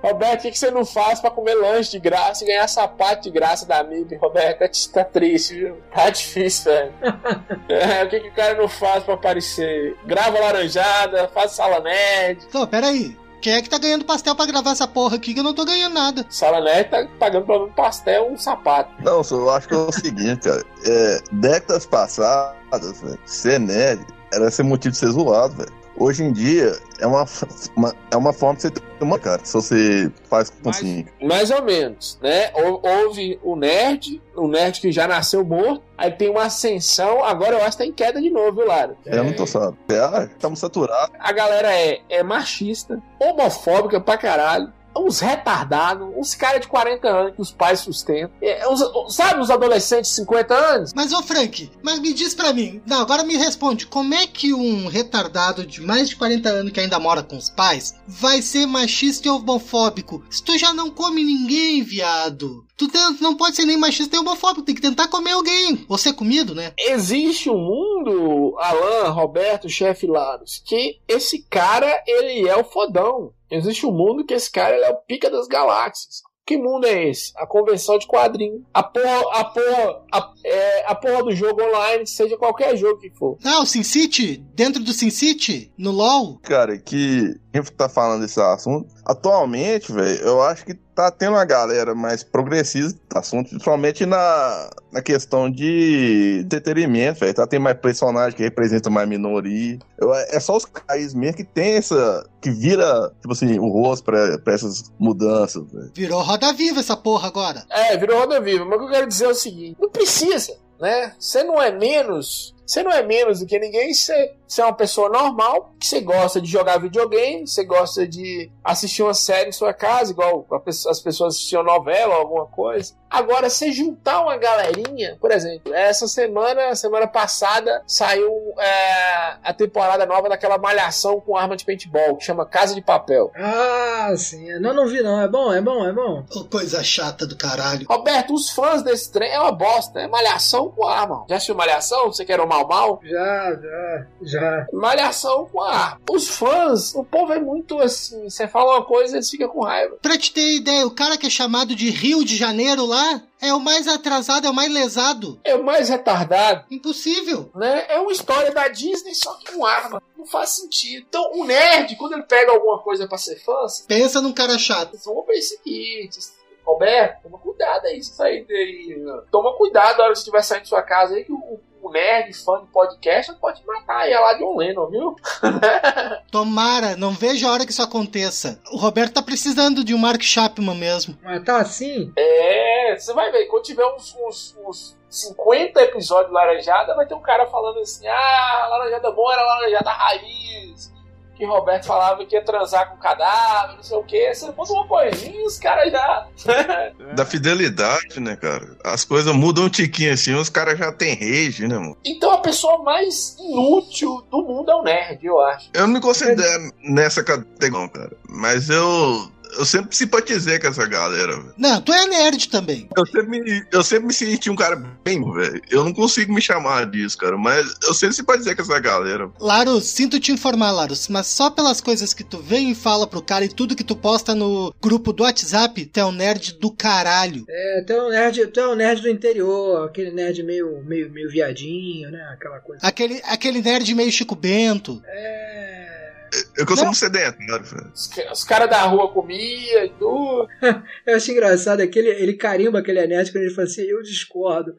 B: Roberto, o que, que você não faz pra comer lanche de graça e ganhar sapato de graça da amiga? Roberto, tá, tá triste, viu? Tá difícil, velho. É, o que, que o cara não faz pra aparecer? Grava laranjada, faz sala nerd.
D: Pô, peraí. Quem é que tá ganhando pastel pra gravar essa porra aqui que eu não tô ganhando nada?
B: Sala nerd tá pagando pelo menos pastel, um sapato.
E: Não, só eu acho que é o seguinte, cara. É, décadas passadas, velho, ser nerd era ser motivo de ser zoado, velho. Hoje em dia, é uma, uma- é uma forma de você ter uma cara. Se você faz com
B: Mas-
E: assim.
B: Mais ou menos, né? Hou- Houve o nerd, o nerd que já nasceu morto, aí tem uma ascensão, agora eu acho que tá em queda de novo, viu, Lara?
E: Eu não tô sabendo. Ah, estamos saturados.
B: A galera é, é machista, homofóbica pra caralho, uns retardados, uns caras de 40 anos que os pais sustentam. É, uns- sabe os adolescentes de 50 anos?
D: Mas ô Frank, mas me diz pra mim, não, agora me responde, como é que um retardado de mais de 40 anos que ainda mora com os pais vai ser machista e homofóbico? Se tu já não come ninguém, viado. Tu tem- não pode ser nem machista nem homofóbico, tem que tentar comer alguém. Ou ser comido, né?
B: Existe um mundo, Alan, Roberto, chefe Laros, que esse cara, ele é o fodão. Existe um mundo que esse cara ele é o pica das galáxias. Que mundo é esse? A convenção de quadrinho. A porra, a porra, a, é, a porra do jogo online, seja qualquer jogo que for.
D: Ah, o Sin City? Dentro do Sin City? No LoL?
E: Cara, que a gente tá falando desse assunto. Atualmente, velho, eu acho que tá tendo uma galera mais progressista do assunto, principalmente na, na questão de entretenimento, velho. Tá tendo mais personagem que representa mais minoria. Eu- é só os caras mesmo que tem essa. que vira, tipo assim, o rosto pra, pra essas mudanças, velho.
D: Virou roda viva essa porra agora.
B: É, virou roda viva. Mas o que eu quero dizer é o seguinte: não precisa, né? Você não é menos. Você não é menos do que ninguém, você, você é uma pessoa normal, que você gosta de jogar videogame, você gosta de assistir uma série em sua casa, igual a pessoa- as pessoas assistiam novela ou alguma coisa. Agora, você juntar uma galerinha, por exemplo, essa semana, semana passada, saiu é, a temporada nova daquela malhação com arma de paintball, que chama Casa de Papel.
C: Ah, sim. Não, não vi não. É bom, é bom, é bom.
D: Ô, coisa chata do caralho.
B: Roberto, os fãs desse trem é uma bosta. É malhação com arma. Já assistiu malhação? Você quer o mal mal?
C: Já, já, já.
B: Malhação com arma. Os fãs, o povo é muito assim. Você fala uma coisa, eles ficam com raiva.
D: Pra te ter ideia, o cara que é chamado de Rio de Janeiro lá é o mais atrasado, é o mais lesado.
B: É o mais retardado.
D: Impossível.
B: Né? É uma história da Disney, só que com arma. Não faz sentido. Então, o nerd, quando ele pega alguma coisa pra ser fã, você
D: Pensa num cara chato.
B: Vocês vão ver o seguinte, Roberto, toma cuidado aí, você sair daí. né? Toma cuidado na hora que você estiver saindo de sua casa aí, que o, o nerd, fã de podcast, pode te matar aí, é lá de um Lennon, viu?
D: Tomara, não vejo a hora que isso aconteça. O Roberto tá precisando de um Mark Chapman mesmo.
C: Mas tá assim?
B: É, você vai ver, quando tiver uns, uns, uns 50 episódios de Laranjada, vai ter um cara falando assim, ah, Laranjada bom era Laranjada raiz, que Roberto falava que ia transar com cadáver, não sei o que, você manda uma coisinha, os caras já...
E: Da fidelidade, né, cara? As coisas mudam um tiquinho assim, os caras já têm rage, né, mano?
B: Então a pessoa mais inútil do mundo é o nerd, eu acho.
E: Eu não me considero nessa categoria, cara. Mas eu. Eu sempre simpatizei com essa galera, velho.
D: Não, tu é nerd também.
E: Eu sempre, me, eu sempre me senti um cara bem, velho. Eu não consigo me chamar disso, cara. Mas eu sempre simpatizei com essa galera.
D: Larus, sinto te informar, Larus, mas só pelas coisas que tu vem e fala pro cara e tudo que tu posta no grupo do WhatsApp, tu é um nerd do caralho.
C: É, tu é um nerd, tu é um nerd do interior, aquele nerd meio, meio, meio viadinho, né? Aquela coisa.
D: Aquele, aquele nerd meio Chico Bento.
C: É.
E: Eu que eu sou
D: Não.
E: um sedentário, velho.
B: Os, ca- os caras da rua comiam e tudo.
C: Eu acho engraçado, aquele, ele carimba aquele é nerd quando ele fala assim, eu discordo.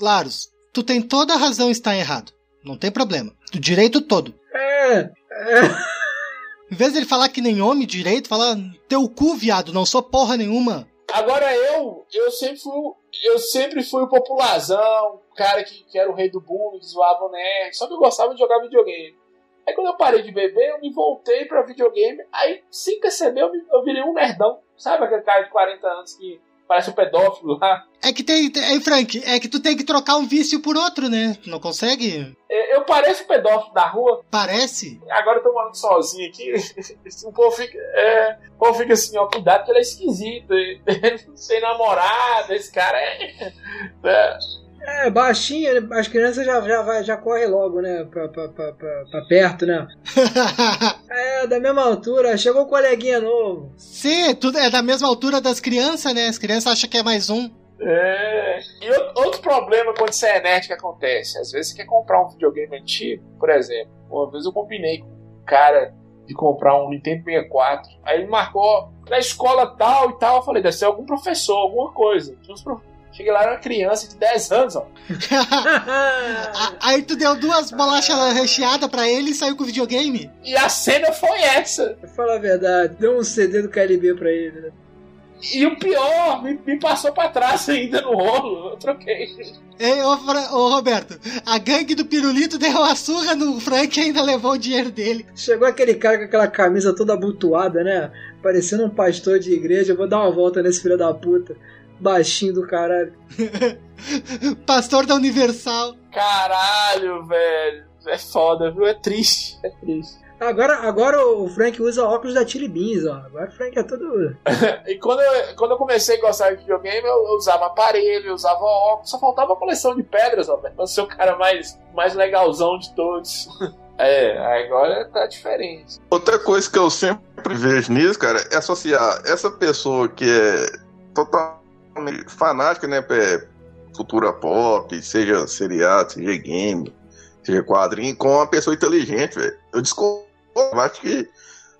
D: Larus, tu tem toda a razão em estar errado. Não tem problema. Do direito todo.
C: é, é.
D: Em vez de ele falar que nem homem direito, falar teu cu, viado, não sou porra nenhuma.
B: Agora eu, eu sempre fui, o- eu sempre fui o populazão, o cara que, que era o rei do boom, que zoava o nerd, só que eu gostava de jogar videogame. Aí quando eu parei de beber, eu me voltei pra videogame, aí sem perceber eu, me- eu virei um nerdão. Sabe aquele cara de 40 anos que parece um pedófilo lá?
D: É que tem. tem- Ei, Frank, é que tu tem que trocar um vício por outro, né? Tu não consegue?
B: É, Eu pareço um pedófilo da rua,
D: Parece.
B: agora eu tô morando sozinho aqui. O povo fica, é, o povo fica assim, ó, cuidado que ele é esquisito. Ele não tem namorada, esse cara é. é.
C: É, baixinho, ele- as crianças já, já, vai, já correm logo, né? Pra, pra, pra, pra, pra perto, né? É, da mesma altura, chegou o coleguinha novo.
D: Sim, tudo é da mesma altura das crianças, né? As crianças acham que é mais um.
B: é. E o- outro problema quando você é nerd que acontece. Às vezes você quer comprar um videogame antigo, por exemplo. Uma vez eu combinei com um cara de comprar um Nintendo 64. Aí ele marcou na escola tal e tal. Eu falei, deve ser algum professor, alguma coisa. Tinha uns prof- Cheguei lá, era uma criança de 10 anos, ó.
D: A- Aí tu deu duas bolachas recheadas pra ele e saiu com o videogame.
B: E a cena foi essa.
C: Fala a verdade, deu um CD do KLB pra ele, né?
B: E o pior, me, me passou pra trás ainda no rolo. Eu troquei.
D: Ei, ô, Fra- ô, Roberto, a gangue do pirulito deu a surra no Frank e ainda levou o dinheiro dele.
C: Chegou aquele cara com aquela camisa toda abotoada, né? parecendo um pastor de igreja, eu vou dar uma volta nesse filho da puta. Baixinho do caralho.
D: Pastor da Universal.
B: Caralho, velho. É foda, viu? É triste. É triste.
C: Agora, agora o Frank usa óculos da Chili Beans, ó. Agora o Frank é todo.
B: E quando eu, quando eu comecei a gostar de videogame, eu, eu usava aparelho, eu usava óculos, só faltava uma coleção de pedras, ó, velho, pra ser o cara mais, mais legalzão de todos. É, agora tá diferente.
E: Outra coisa que eu sempre vejo nisso, cara, é associar essa pessoa que é totalmente fanática, né? pe- Cultura pop, seja seriado, seja game, seja quadrinho, com uma pessoa inteligente, velho. Eu discordo, eu acho que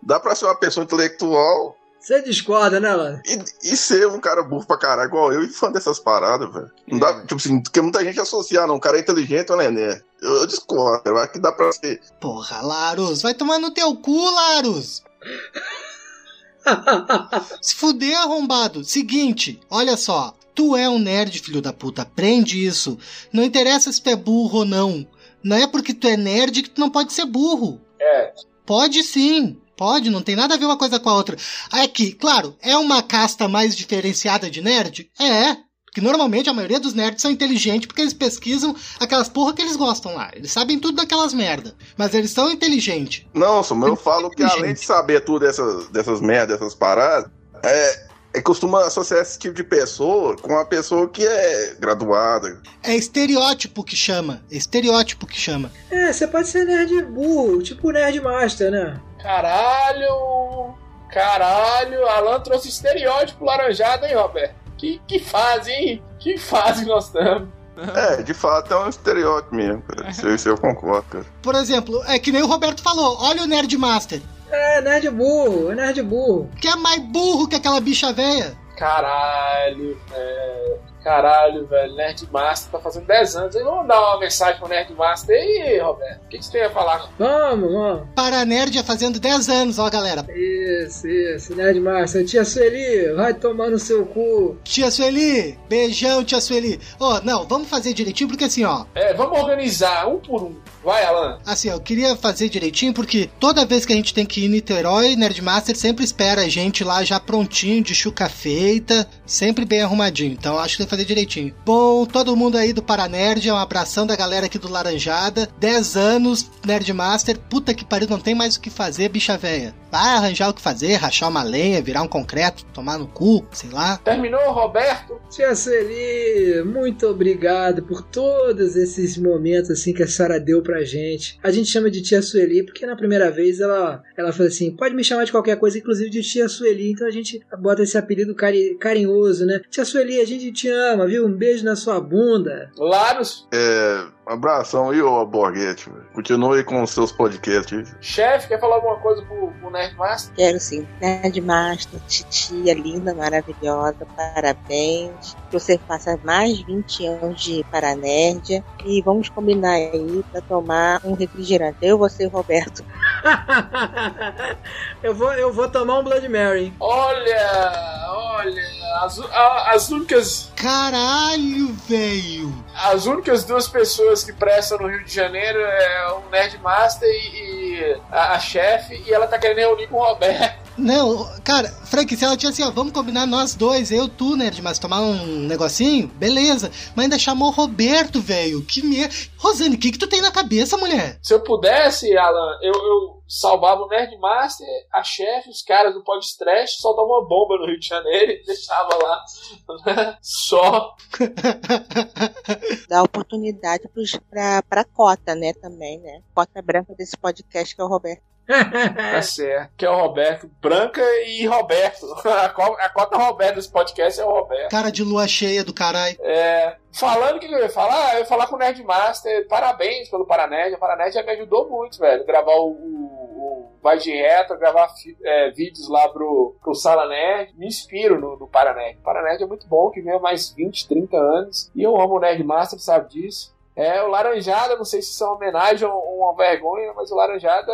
E: dá pra ser uma pessoa intelectual
C: Você discorda, né, Lana?
E: e, e ser um cara burro pra caralho, igual eu, e fã dessas paradas, velho. Não dá, tipo assim, porque muita gente associa, não, um cara é inteligente é um nenê. Eu, eu discordo, eu acho que dá pra ser
D: Porra, Larus, vai tomar no teu cu, Larus. Se fuder, arrombado. Seguinte, olha só. Tu é um nerd, filho da puta. Aprende isso. Não interessa se tu é burro ou não. Não é porque tu é nerd que tu não pode ser burro.
B: É.
D: Pode sim. Pode, não tem nada a ver uma coisa com a outra. É que, claro, é uma casta mais diferenciada de nerd? É. Porque normalmente a maioria dos nerds são inteligentes porque eles pesquisam aquelas porra que eles gostam lá. Eles sabem tudo daquelas merda. Mas eles são inteligentes.
E: Não, Samuel, eu falo que além de saber tudo dessas, dessas merdas, dessas paradas, é, é costuma associar esse tipo de pessoa com uma pessoa que é graduada.
D: É estereótipo que chama. É estereótipo que chama.
C: É, você pode ser nerd burro, tipo nerd master, né?
B: Caralho! Caralho! Alan trouxe estereótipo laranjado, hein, Roberto? Que, que fase, hein? Que fase nós estamos?
E: É, de fato é um estereótipo mesmo, cara. Isso, isso eu concordo, cara.
D: Por exemplo, é que nem o Roberto falou: olha o Nerd Master,
C: É, nerd burro, é nerd burro.
D: que é mais burro que aquela bicha véia.
B: Caralho, velho. Caralho, velho. Nerd Master tá fazendo 10 anos. Vamos mandar uma mensagem pro Nerd Master. E aí, Roberto? O que, que você tem a falar?
C: Vamos, vamos.
D: Para Nerd é fazendo 10 anos, ó, galera.
C: Isso, isso, nerd master. Tia Sueli, vai tomar no seu cu.
D: Tia Sueli, beijão, tia Sueli. Ô, não, vamos fazer direitinho, porque assim, ó.
B: É, vamos organizar um por um. Vai, Alan.
D: Assim, ó, eu queria fazer direitinho porque toda vez que a gente tem que ir em Niterói, Nerdmaster sempre espera a gente lá já prontinho, de chuca feita, sempre bem arrumadinho. Então acho que tem que fazer direitinho. Bom, todo mundo aí do Paranerd, um abração da galera aqui do Laranjada. 10 anos, Nerdmaster, puta que pariu, não tem mais o que fazer, bicha véia. Vai arranjar o que fazer, rachar uma lenha, virar um concreto, tomar no cu, sei lá.
B: Terminou, Roberto?
C: Tia Sueli, muito obrigado por todos esses momentos assim que a senhora deu pra gente. A gente chama de Tia Sueli porque na primeira vez ela, ela falou assim: pode me chamar de qualquer coisa, inclusive de Tia Sueli. Então a gente bota esse apelido cari- carinhoso, né? Tia Sueli, a gente te ama, viu? Um beijo na sua bunda.
B: Laros,
E: É, abração aí, ô Borghetti. velho. Continue aí com os seus podcasts.
B: chefe, quer falar alguma coisa pro, pro Nerd Master?
F: Quero sim. né, Nerd Master, titia é linda, maravilhosa, parabéns. Que você faça mais 20 anos de Paranerdia. E vamos combinar aí pra tomar um refrigerante. Eu, você e o Roberto.
C: eu, vou, eu vou tomar um Blood Mary.
B: Olha, olha. As, u- a- as únicas,
D: Caralho, velho.
B: as únicas duas pessoas que prestam no Rio de Janeiro é o Nerd Master e, e a, a chefe. E ela tá querendo reunir com o Roberto.
D: Não, cara, Frank, se ela tinha assim, ó, vamos combinar nós dois, eu, tu, nerd, mas tomar um negocinho, beleza. Mas ainda chamou o Roberto, velho, que merda. Rosane, o que que tu tem na cabeça, mulher?
B: Se eu pudesse, Alan, eu, eu salvava o Nerd Master, a chefe, os caras do podcast, soltava uma bomba no Rio de Janeiro e deixava lá. né? Só.
F: Dá oportunidade pros, pra, pra cota, né? Também, né? Cota branca desse podcast que é o Roberto.
B: Tá certo. Que é o Roberto. Branca e Roberto. A co- a cota Roberto desse podcast é o Roberto.
D: Cara de lua cheia do caralho.
B: É, falando o que que eu ia falar, eu ia falar com o Nerdmaster, parabéns pelo Paranerd, o Paranerd já me ajudou muito, velho, gravar o, o, o Vai de Reto, gravar fi- é, vídeos lá pro, pro Sala Nerd, me inspiro no, no Paranerd, o Paranerd é muito bom, que vem há mais 20, 30 anos, e eu amo o Nerdmaster, sabe disso. É, o Laranjada, não sei se isso é uma homenagem ou uma vergonha, mas o Laranjada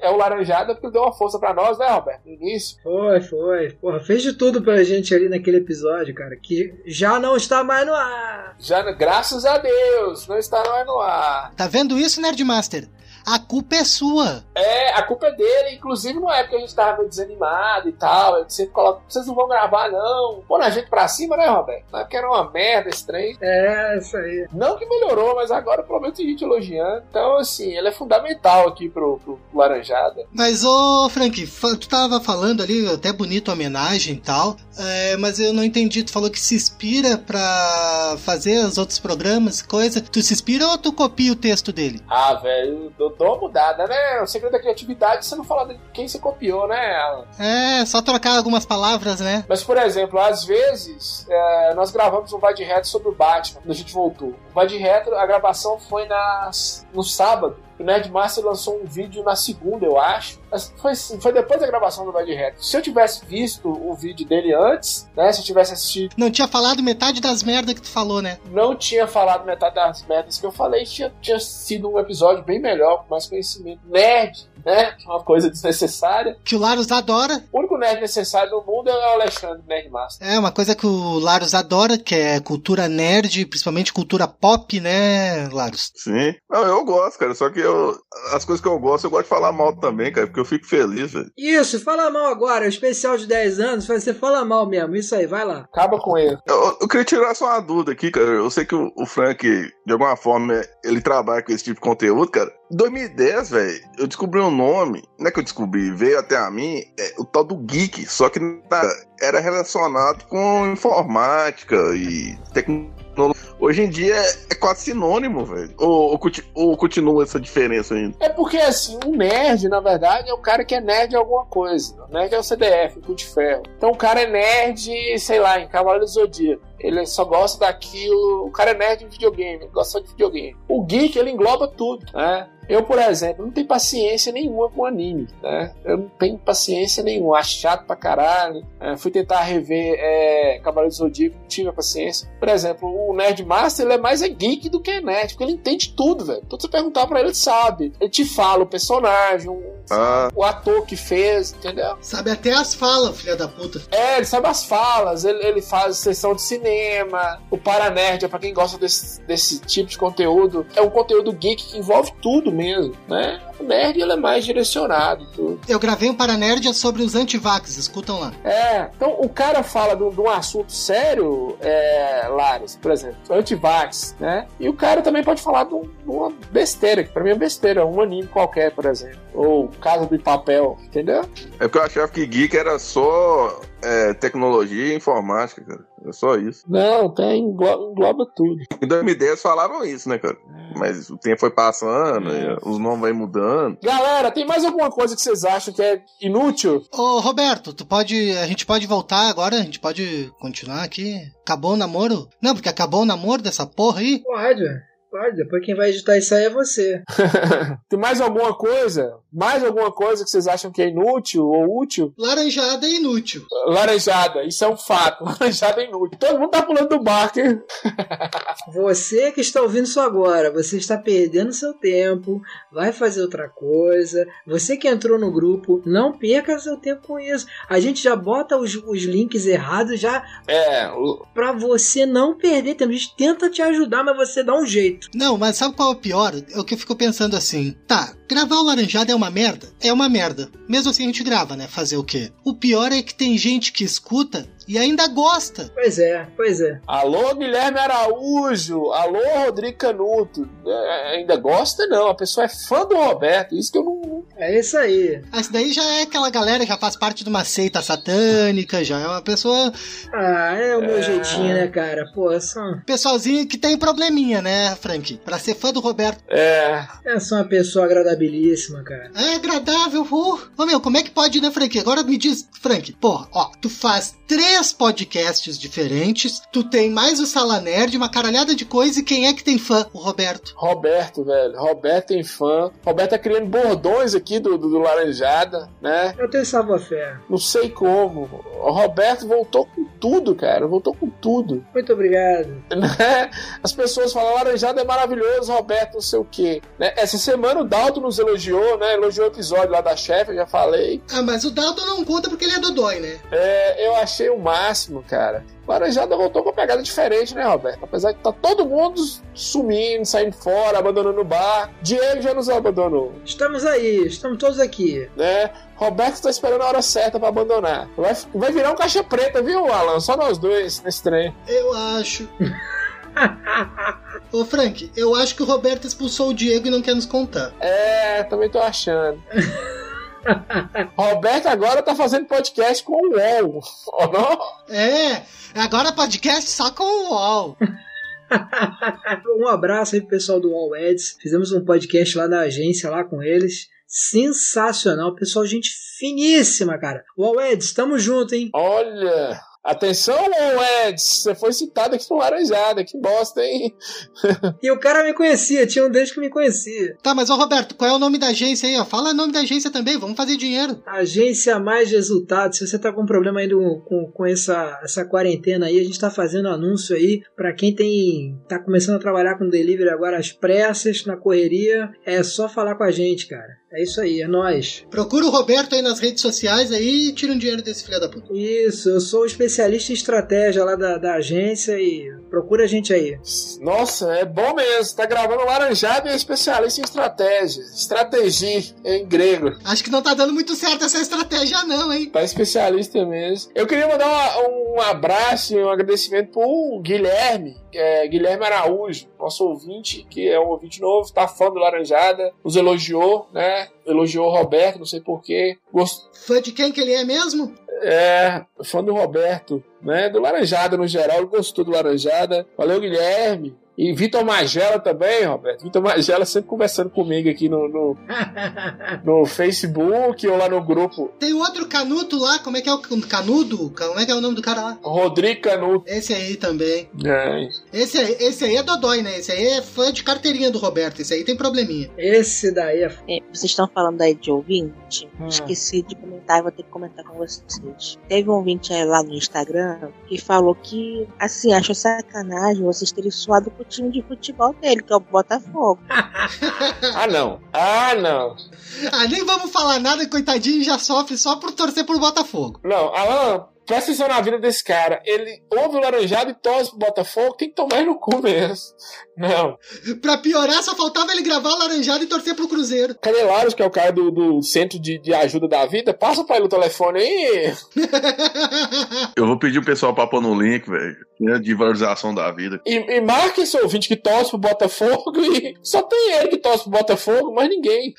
B: é o Laranjada porque deu uma força pra nós, né, Roberto, no início.
C: Foi, foi. Porra, fez de tudo pra gente ali naquele episódio, cara, que já não está mais no ar.
B: Já, graças a Deus, não está mais no ar.
D: Tá vendo isso, Nerdmaster? a culpa é sua.
B: É, a culpa é dele. Inclusive, numa época a gente tava meio desanimado e tal. Eu sempre coloco, vocês não vão gravar, não. Pô, na gente pra cima, né, Roberto? Na época era uma merda esse trem.
C: É, isso aí.
B: Não que melhorou, mas agora pelo menos tem gente elogiando. Então, assim, ela é fundamental aqui pro, pro Laranjada.
D: Mas, ô, Frank, fa- tu tava falando ali, até bonito a homenagem e tal, é, mas eu não entendi. Tu falou que se inspira pra fazer os outros programas, e coisa. Tu se inspira ou tu copia o texto dele?
B: Ah, velho, eu dou- dou uma mudada, né? O segredo da criatividade é você não falar de quem você copiou, né, Alan?
D: É, só trocar algumas palavras, né?
B: Mas, por exemplo, às vezes é, nós gravamos um Vai de Reto sobre o Batman, quando a gente voltou. O Vai de Reto, a gravação foi nas, no sábado. O Nerdmaster lançou um vídeo na segunda, eu acho. Mas foi, foi depois da gravação do Vai de Reto. Se eu tivesse visto o vídeo dele antes, né? Se eu tivesse assistido
D: Não tinha falado metade das merdas que tu falou, né?
B: não tinha falado metade das merdas que eu falei, tinha, tinha sido um episódio bem melhor, com mais conhecimento. Nerd, né? Uma coisa desnecessária.
D: Que o Larus adora.
B: O único nerd necessário no mundo é o Alexandre Nerdmaster.
D: É uma coisa que o Larus adora, que é cultura nerd, principalmente cultura pop, né, Larus?
E: Sim. Não, eu gosto, cara. Só que eu. As coisas que eu gosto, eu gosto de falar mal também, cara. Porque eu fico feliz, velho.
C: Isso, fala mal agora. O especial de 10 anos, você fala mal mesmo. Isso aí, vai lá.
B: Acaba com ele.
E: Eu, eu queria tirar só uma dúvida aqui, cara. Eu sei que o, o Frank, de alguma forma, é- ele trabalha com esse tipo de conteúdo, cara. Em 2010, velho, eu descobri um nome. Não é que eu descobri, veio até a mim, é o tal do Geek. Só que na- era relacionado com informática e tecnologia. Hoje em dia é, é quase sinônimo, velho. Ou, ou conti- ou continua essa diferença ainda?
B: É porque, assim, um nerd, na verdade, é o cara que é nerd em alguma coisa. O nerd é o CDF, o cu de ferro. Então o cara é nerd, sei lá, em Cavaleiro do Zodíaco. Ele só gosta daquilo. O cara é nerd em videogame, ele gosta só de videogame. O geek, ele engloba tudo, né? Eu, por exemplo, não tenho paciência nenhuma com anime, né? Eu não tenho paciência nenhuma, acho chato pra caralho. É, fui tentar rever é, Cavaleiro do Zodíaco, não tive a paciência. Por exemplo, o Nerd Master, ele é mais é geek do que é nerd, porque ele entende tudo, velho. Então, se você perguntar pra ele, ele sabe. Ele te fala o personagem, o,
E: Ah,
B: o ator que fez, entendeu?
D: Sabe até as falas, filha da puta.
B: É, ele sabe as falas, ele, ele faz sessão de cinema, o Paranerd, é pra quem gosta desse, desse tipo de conteúdo. É um conteúdo geek que envolve tudo mesmo, né? O nerd, ele é mais direcionado e tudo.
D: Eu gravei um Paranerdia sobre os antivax, escutam lá.
B: É, então o cara fala de um, de um assunto sério, é, Lares, por exemplo, antivax, né? E o cara também pode falar de, um- de uma besteira, que pra mim é besteira, um anime qualquer, por exemplo. Ou Casa de Papel, entendeu?
E: é porque eu achava que geek era só é, tecnologia e informática, cara. É só isso.
B: Não, tem, englo- engloba tudo.
E: Em 2010 falavam isso, né, cara? Mas o tempo foi passando,
B: É.
E: e os nomes vai mudando.
B: Galera, tem mais alguma coisa que vocês acham que é inútil?
D: Ô, Roberto, tu pode. A gente pode voltar agora? A gente pode continuar aqui? Acabou o namoro? Não, porque acabou o namoro dessa porra aí?
C: Pode, pode. Depois quem vai editar isso aí é você.
B: tem mais alguma coisa? Mais alguma coisa que vocês acham que é inútil ou útil?
D: Laranjada é inútil.
B: Laranjada, isso é um fato. Laranjada é inútil. Todo mundo tá pulando do barco, hein?
C: Você que está ouvindo isso agora, você está perdendo seu tempo, vai fazer outra coisa. Você que entrou no grupo, não perca seu tempo com isso. A gente já bota os, os links errados já
B: É, o-
C: pra você não perder tempo. A gente tenta te ajudar, mas você dá um jeito.
D: Não, mas sabe qual é o pior? É o que eu fico pensando assim. Tá, gravar o Laranjada é uma merda? É uma merda. Mesmo assim a gente grava, né? Fazer o quê? O pior é que tem gente que escuta e ainda gosta.
C: Pois é, pois é.
B: Alô, Guilherme Araújo! Alô, Rodrigo Canuto! É, ainda gosta, não. A pessoa é fã do Roberto. Isso que eu não.
C: É isso aí.
D: Mas daí já é aquela galera que já faz parte de uma seita satânica, já é uma pessoa.
C: Ah, é o meu jeitinho, né, cara? Pô, eu sou,
D: Pessoalzinho que tem probleminha, né, Frank? Pra ser fã do Roberto.
B: É.
C: eu sou uma pessoa agradabilíssima, cara.
D: É agradável, uh. Ô meu, como é que pode, né, Frank? Agora me diz, Frank, porra, ó, tu faz três podcasts diferentes, tu tem mais o Sala Nerd, uma caralhada de coisa, e quem é que tem fã? O Roberto.
B: Roberto, velho. Roberto tem fã. Roberto tá criando bordões aqui aqui do, do, do Laranjada, né?
C: Eu tenho salva-fé.
B: Não sei como. O Roberto voltou com tudo, cara. Voltou com tudo.
C: Muito obrigado.
B: Né? As pessoas falam, Laranjada é maravilhoso, Roberto, não sei o quê. Né? Essa semana o Dalton nos elogiou, né? Elogiou o episódio lá da chefe, eu já falei.
D: Ah, mas o Dalton não conta porque ele é Dodói, né?
B: É, eu achei o máximo, cara. Laranjada voltou com uma pegada diferente, né, Roberto? Apesar de tá todo mundo sumindo, saindo fora, abandonando o bar. Diego já nos abandonou,
C: Estamos aí, estamos todos aqui.
B: né? Roberto tá esperando a hora certa pra abandonar. Vai, vai virar um caixa preta, viu, Alan? Só nós dois nesse trem.
D: Eu acho. Ô, Frank, eu acho que o Roberto expulsou o Diego e não quer nos contar.
B: É, também tô achando. Roberto agora tá fazendo podcast com o UOL. Ou não?
D: É, agora podcast só com o UOL.
C: um abraço aí pro pessoal do All Eds. Fizemos um podcast lá da agência lá com eles. Sensacional, pessoal, gente finíssima, cara. All Eds, tamo junto, hein?
B: Olha. Atenção, UOL Eds. Você foi citado aqui no Laranjada. Que bosta, hein?
C: E o cara me conhecia, tinha um deles que me conhecia.
D: Tá, mas ô Roberto, qual é o nome da agência aí? Ó? Fala o nome da agência também, vamos fazer dinheiro.
C: Agência Mais Resultados. Se você tá com problema aí do- com, com essa, essa quarentena aí, a gente tá fazendo anúncio aí pra quem tem tá começando a trabalhar com delivery agora às pressas, na correria. É só falar com a gente, cara. É isso aí, é nóis.
D: Procura o Roberto aí nas redes sociais aí e tira um dinheiro desse filho da puta.
C: Isso, eu sou especialista em estratégia lá da, da agência e procura a gente aí.
B: Nossa, é bom mesmo. Tá gravando Laranjada e é especialista em estratégia. Estratégia em grego.
D: Acho que não tá dando muito certo essa estratégia não, hein?
B: Tá especialista mesmo. Eu queria mandar uma- um abraço e um agradecimento pro Guilherme, é, Guilherme Araújo, nosso ouvinte, que é um ouvinte novo, tá fã do Laranjada, nos elogiou, né? Elogiou o Roberto, não sei porquê.
D: Fã de quem que ele é mesmo?
B: É, fã do Roberto, né? Do Laranjada no geral, ele gostou do Laranjada. Valeu, Guilherme. E Vitor Magela também, Roberto. Vitor Magela sempre conversando comigo aqui no, no, no Facebook ou lá no grupo
D: Tem um outro Canuto lá, como é que é o Canudo? Como é que é o nome do cara lá?
B: Rodrigo Canuto.
D: Esse aí também.
B: É,
D: Esse aí, esse aí é Dodói, né? Esse aí é fã de carteirinha do Roberto. Esse aí tem probleminha.
C: Esse daí é. f-
F: É, Vocês estão falando aí de ouvinte?
C: Hum.
F: Esqueci de comentar, vou ter que comentar com vocês. Teve um ouvinte aí lá no Instagram que falou que, assim, achou sacanagem vocês terem suado com o time de futebol dele, que é o Botafogo.
B: Ah, não. Ah, não.
D: Ah, nem vamos falar nada, coitadinho já sofre só por torcer pro Botafogo.
B: Não, Alan, presta atenção na vida desse cara. Ele ouve o Laranjado e torce pro Botafogo, tem que tomar no cu mesmo. Não.
D: Pra piorar, só faltava ele gravar o Laranjado e torcer pro Cruzeiro.
B: Canelários, que é o cara do, do Centro de, de Ajuda da Vida, passa pra ele o telefone aí.
E: Eu vou pedir o pessoal pra pôr no link, velho. né, De valorização da vida.
B: E, e marca esse ouvinte que torce pro Botafogo e só tem ele que torce pro Botafogo, mas ninguém.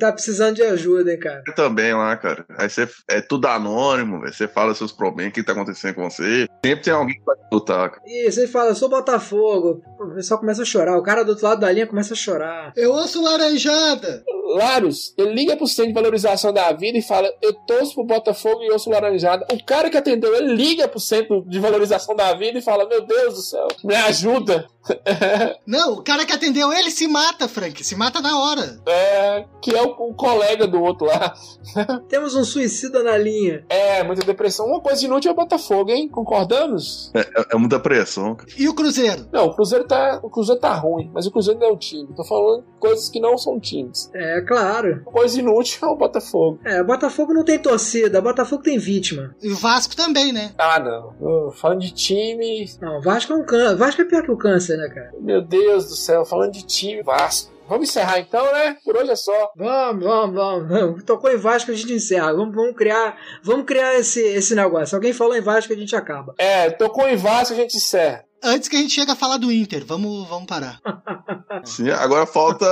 C: Tá precisando de ajuda, hein, cara.
E: Eu também lá, cara. Aí você é tudo anônimo, velho. Você fala seus problemas, o que tá acontecendo com você. Sempre tem alguém pra lutar, cara.
C: E você fala, eu sou Botafogo. O pessoal começa a chorar. O cara do outro lado da linha começa a chorar.
D: Eu ouço Laranjada.
B: Laros, ele liga pro Centro de Valorização da Vida e fala: Eu torço pro Botafogo e ouço o Laranjada. O cara que atendeu ele liga pro Centro de Valorização da Vida e fala: Meu Deus do céu, me ajuda.
D: Não, o cara que atendeu ele se mata, Frank. Se mata na hora.
B: É, que é o, o colega do outro lá.
C: Temos um suicida na linha.
B: É, muita depressão. Uma coisa inútil é o Botafogo, hein? Concordamos?
E: É, é muita pressão, cara.
D: E o Cruzeiro?
B: Não, o Cruzeiro tá. O Cruzeiro tá ruim, mas o Cruzeiro não é o time. Tô falando coisas que não são times.
C: É, claro.
B: Uma coisa inútil é o Botafogo.
C: É, Botafogo não tem torcida, Botafogo tem vítima.
D: E o Vasco também, né?
B: Ah, não. Ô, falando de time.
C: Não, Vasco é um câncer. Vasco é pior que o câncer, né, cara?
B: Meu Deus do céu, falando de time, Vasco. Vamos encerrar então, né? Por hoje é só.
C: Vamos, vamos, vamos, vamos. Tocou em Vasco, a gente encerra. Vamos, vamos criar, vamos criar esse, esse negócio. Se alguém falou em Vasco, a gente acaba.
B: É, tocou em Vasco, a gente encerra.
D: Antes que a gente chegue a falar do Inter, vamos, vamos parar.
E: Sim, agora falta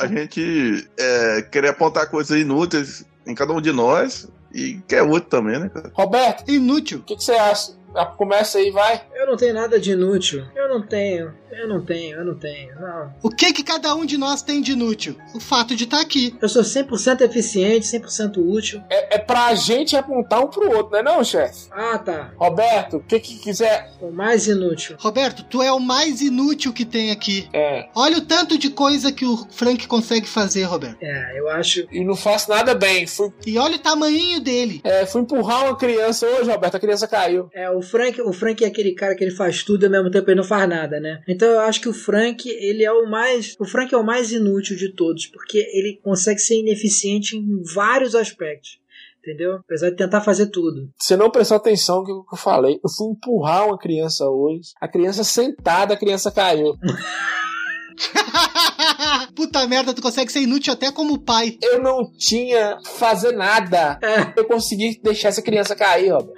E: a gente é, querer apontar coisas inúteis em cada um de nós e que é útil também, né, cara?
B: Roberto,
D: Inútil.
B: o que, que você acha? Ah, Começa aí, vai.
C: Eu não tenho nada de inútil. Eu não tenho, eu não tenho, eu não tenho, não.
D: O que que cada um de nós tem de inútil? O fato de estar aqui.
C: Eu sou 100% eficiente, 100% útil.
B: É, é pra gente apontar um pro outro, não é não, chefe?
C: Ah, tá.
B: Roberto, o que que quiser...
C: O mais inútil.
D: Roberto, tu é o mais inútil que tem aqui.
B: É,
D: Olha o tanto de coisa que o Frank consegue fazer, Roberto.
C: É, eu acho.
B: e não faço nada bem. Fui,
D: E olha o tamanho dele.
B: é, fui empurrar uma criança hoje, Roberto, a criança caiu.
C: É, o Frank, o Frank é aquele cara que ele faz tudo e ao mesmo tempo ele não faz nada, né? Então eu acho que o Frank, ele é o mais. O Frank é o mais inútil de todos, porque ele consegue ser ineficiente em vários aspectos. Entendeu? Apesar de tentar fazer tudo.
B: Você não prestou atenção no que eu falei. Eu fui empurrar uma criança hoje. A criança sentada, a criança caiu.
D: Puta merda, tu consegue ser inútil até como pai.
B: Eu não tinha que fazer nada.
C: É.
B: Eu consegui deixar essa criança cair, Roberto.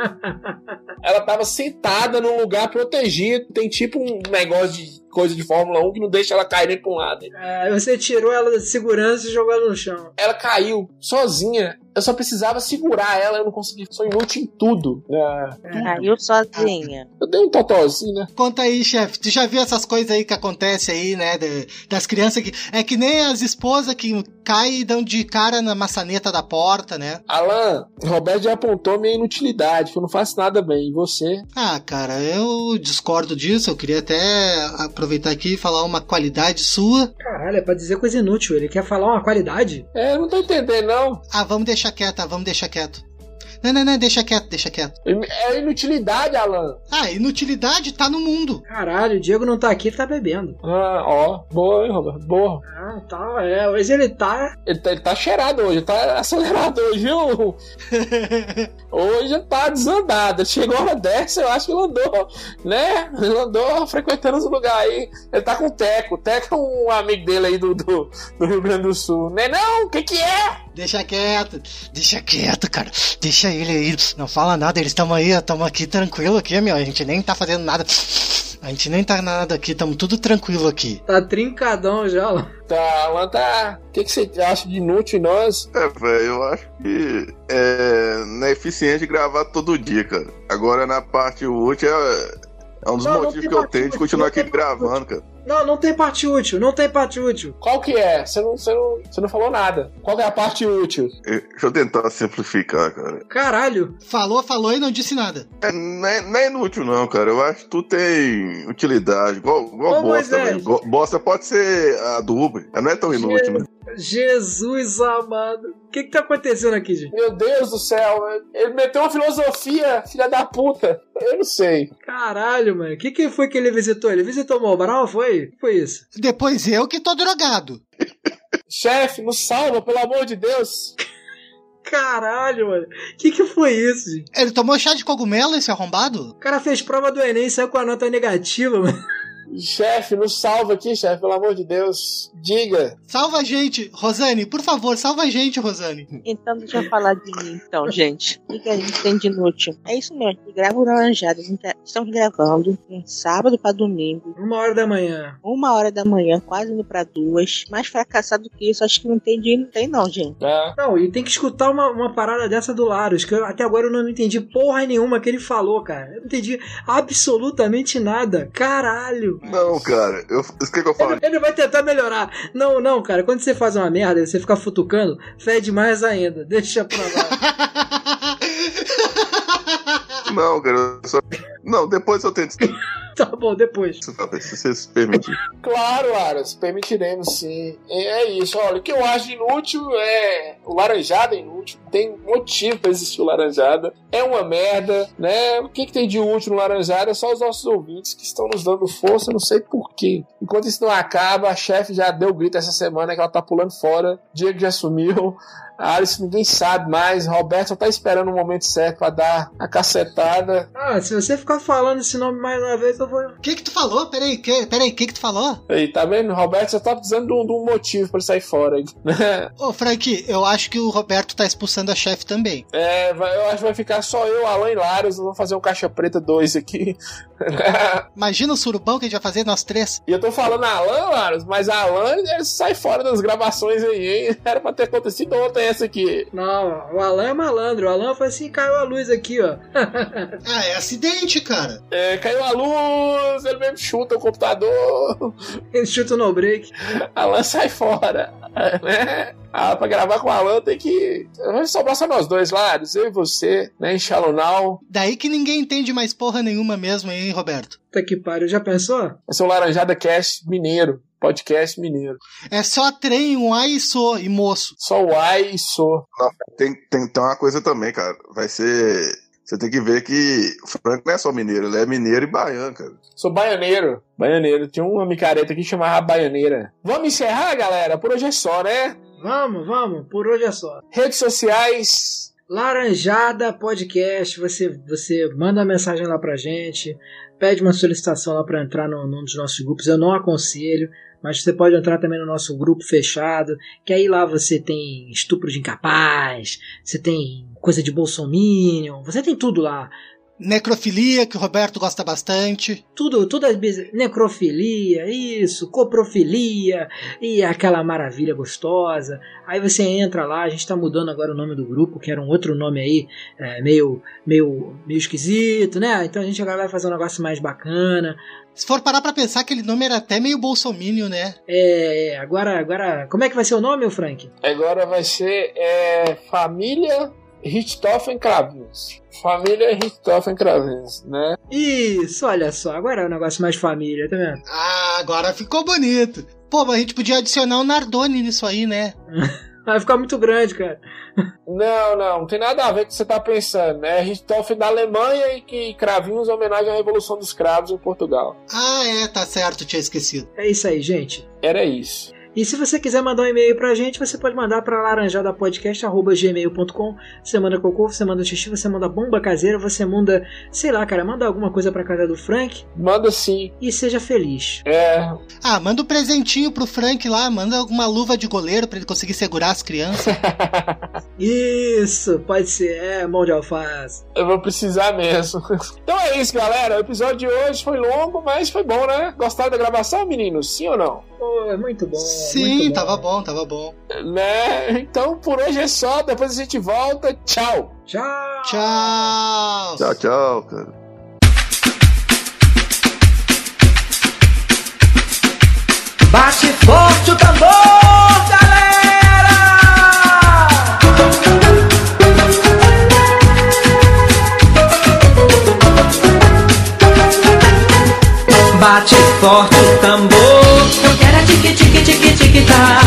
B: Ela tava sentada num lugar protegido. Tem tipo um negócio de coisa de Fórmula 1 que não deixa ela cair nem pra um lado.
C: É, você tirou ela da segurança e jogou ela no chão.
B: Ela caiu sozinha. Eu só precisava segurar ela, eu não consegui. Sou inútil em tudo. É.
F: Caiu sozinha.
B: Eu dei um totózinho, né?
D: Conta aí, chefe. Tu já viu essas coisas aí que acontecem aí, né? de- das crianças que. É que nem as esposas que caem e dão de cara na maçaneta da porta, né?
B: Alan, Roberto já apontou minha inutilidade, que eu não faço nada bem. E você?
D: Ah, cara, eu discordo disso. Eu queria até aproveitar aqui e falar uma qualidade sua.
C: Caralho, é pra dizer coisa inútil. Ele quer falar uma qualidade?
B: É, eu não tô entendendo, não.
D: Ah, vamos deixar quieto, ah, vamos deixar quieto. Não, não, não, deixa quieto, deixa quieto.
B: É inutilidade, Alan.
D: Ah, inutilidade tá no mundo.
C: Caralho, o Diego não tá aqui, ele tá bebendo.
B: Ah, ó. Boa, hein, Roberto? Boa.
C: Ah, tá. É, hoje ele tá.
B: Ele tá, ele tá cheirado hoje, tá acelerado hoje, viu? Hoje tá desandado. Chegou uma dessa, eu acho que ele andou, né? Ele andou frequentando os lugares aí. Ele tá com o Teco. O Teco é um amigo dele aí do, do, do Rio Grande do Sul. Né não? O que que é?
D: Deixa quieto, deixa quieto, cara. Deixa ele aí. Não fala nada, eles estão aí, estamos aqui tranquilo aqui, meu. A gente nem tá fazendo nada. A gente nem tá nada aqui, estamos tudo tranquilo aqui.
C: Tá trincadão já, lá.
B: Tá, Alan tá... O que que você acha de inútil em nós?
E: É, velho, eu acho que é, não é eficiente gravar todo dia, cara. Agora na parte útil é, é um dos
C: Não, não
E: motivos
C: tem
E: que eu
C: parte
E: tenho de
C: útil,
E: continuar
C: não
E: aqui
C: tem parte
E: gravando, cara.
C: Não, não tem parte útil, não tem parte útil.
B: Qual que é? Você não, você não, você não falou nada. Qual que é a parte útil?
E: Eu- Deixa eu tentar simplificar, cara.
C: Caralho.
D: Falou, falou e não disse nada.
E: É, não, é, não é inútil, não, cara. Eu acho que tu tem utilidade, igual, igual
C: Ô,
E: bosta,
C: Moisés.
E: velho. Go- Bosta pode ser adubo, não é tão inútil, né?
C: Jesus amado. O que que tá acontecendo aqui, gente?
B: Meu Deus do céu, ele meteu uma filosofia, filha da puta. Eu não sei.
C: Caralho, mano. O que que foi que ele visitou? Ele visitou o Mobral, foi? O que Foi isso.
D: Depois eu que tô drogado.
B: Chefe, nos salva, pelo amor de Deus.
C: Caralho, mano. O que que foi isso, gente?
D: Ele tomou chá de cogumelo, esse arrombado?
C: O cara fez prova do Enem e saiu com a nota negativa, mano.
B: Chefe, nos salva aqui, chefe, pelo amor de Deus. Diga.
D: Salva a gente, Rosane, por favor, salva a gente, Rosane.
F: Então deixa eu falar de mim, então, gente. O que que a gente tem de inútil? É isso mesmo, a gente grava o Laranjada. A gente tá- Estamos gravando um sábado pra domingo,
C: Uma hora da manhã.
F: uma hora da manhã, quase indo pra duas. Mais fracassado que isso, acho que não tem dinheiro, não tem não, gente.
B: É.
C: Não, e tem que escutar uma, uma parada dessa do Larus, que eu, até agora eu não entendi porra nenhuma que ele falou, cara. Eu não entendi absolutamente nada. Caralho.
E: Não, cara. Eu, isso que, que eu falo?
C: Ele, ele vai tentar melhorar. Não, não, cara. Quando você faz uma merda e você fica futucando, fede mais ainda. Deixa pra lá.
E: Não, cara. eu só- Não, depois eu tento
C: tá bom, depois.
E: explicar, se vocês permitirem.
B: Claro, Aras, permitiremos sim. É é isso, olha, o que eu acho inútil é. O Laranjada é inútil, tem motivo pra existir o Laranjada. É uma merda, né? O que, que tem de útil no Laranjada é só os nossos ouvintes que estão nos dando força, eu não sei porquê. Enquanto isso não acaba, a chefe já deu grito essa semana que ela tá pulando fora, Diego já sumiu. A Alice ninguém sabe mais, Roberto só tá esperando o momento certo pra dar a cacetada.
C: Ah, se você ficar falando esse nome mais uma vez, eu vou.
D: O que que tu falou? Peraí, que, peraí, o que que tu falou?
B: Aí, tá vendo? Roberto só tá precisando de um, de um motivo pra ele sair fora. né?
D: Ô, Frank, eu acho que o Roberto tá expulsando a chefe também.
B: É, vai- eu acho que vai ficar só eu, Alan e Laros. Vou fazer um caixa preta 2 aqui.
D: Imagina o surubão que a gente vai fazer, nós três.
B: E eu tô falando Alan, Laros, mas Alan ele sai fora das gravações aí, hein? Era pra ter acontecido ontem essa aqui.
C: Não, o Alan é malandro. O Alan foi assim, caiu a luz aqui, ó.
D: Ah, é acidente, cara.
B: É, caiu a luz, ele mesmo chuta o computador.
C: Ele chuta no break.
B: Alan sai fora, né? Ah, pra gravar com o Alan tem que. Vai sobrar só nós dois, Laros, eu e você, né? Em Shallow Now.
D: Daí que ninguém entende mais porra nenhuma mesmo, hein, Roberto?
C: Puta que pariu, já pensou?
B: Esse é o Laranjada Cast Mineiro. Podcast mineiro.
D: É só trem, um ai e só, e moço.
B: Só o ai e sou.
E: Tem, tem, tem uma coisa também, cara. Vai ser. Você tem que ver que o Franco não é só mineiro, ele é mineiro e baiano, cara.
B: Sou baianeiro. Baianeiro. Tinha uma micareta aqui que chamava Baianeira. Vamos encerrar, galera? Por hoje é só, né?
C: Vamos, vamos, por hoje é só.
B: Redes sociais.
C: Laranjada Podcast, você, você manda uma mensagem lá pra gente, pede uma solicitação lá pra entrar no- num dos nossos grupos, eu não aconselho, mas você pode entrar também no nosso grupo fechado, que aí lá você tem estupro de incapaz, você tem coisa de bolsominion, você tem tudo lá.
D: Necrofilia, que o Roberto gosta bastante.
C: Tudo, tudo as bis- necrofilia, isso, coprofilia e aquela maravilha gostosa. Aí você entra lá, a gente tá mudando agora o nome do grupo, que era um outro nome aí, é, meio, meio, meio esquisito, né? Então a gente agora vai fazer um negócio mais bacana.
D: Se for parar pra pensar, aquele nome era até meio bolsomínio, né?
C: É, agora, agora, como é que vai ser o nome, ô Frank?
B: Agora vai ser é, Família Richthofen Kravins. Família Richthofen Kravins, né?
C: Isso, olha só, agora é um negócio mais família, tá vendo?
D: Ah, agora ficou bonito. Pô, mas a gente podia adicionar o Nardone nisso aí, né?
C: Vai ficar muito grande, cara.
B: Não, não, não tem nada a ver com o que você tá pensando. É Richthofen da Alemanha e que Cravinhos é homenagem à Revolução dos Cravos em Portugal.
D: Ah, é, tá certo, tinha esquecido.
C: É isso aí, gente.
B: Era isso.
C: E se você quiser mandar um e-mail pra gente, você pode mandar pra laranjadapodcast.gmail.com Você manda cocô, você manda xixi, você manda bomba caseira, você manda, sei lá, cara, manda alguma coisa pra casa do Frank
B: Manda sim.
C: e seja feliz.
B: É,
D: Ah, manda um presentinho pro Frank lá, manda alguma luva de goleiro pra ele conseguir segurar as crianças.
C: Isso, pode ser, é, mão de alface.
B: eu vou precisar mesmo. Então é isso, galera. O episódio de hoje foi longo, mas foi bom, né? Gostaram da gravação, meninos? Sim ou não?
C: Pô, é muito bom. muito
D: Sim,
C: bom.
D: tava bom, tava bom.
B: né? Então por hoje é só, depois a gente volta. Tchau.
C: Tchau.
D: Tchau.
E: Tchau, tchau, cara.
A: Bate forte o tambor, galera! Bate forte o tambor, eu quero é tique tique tique tique tá.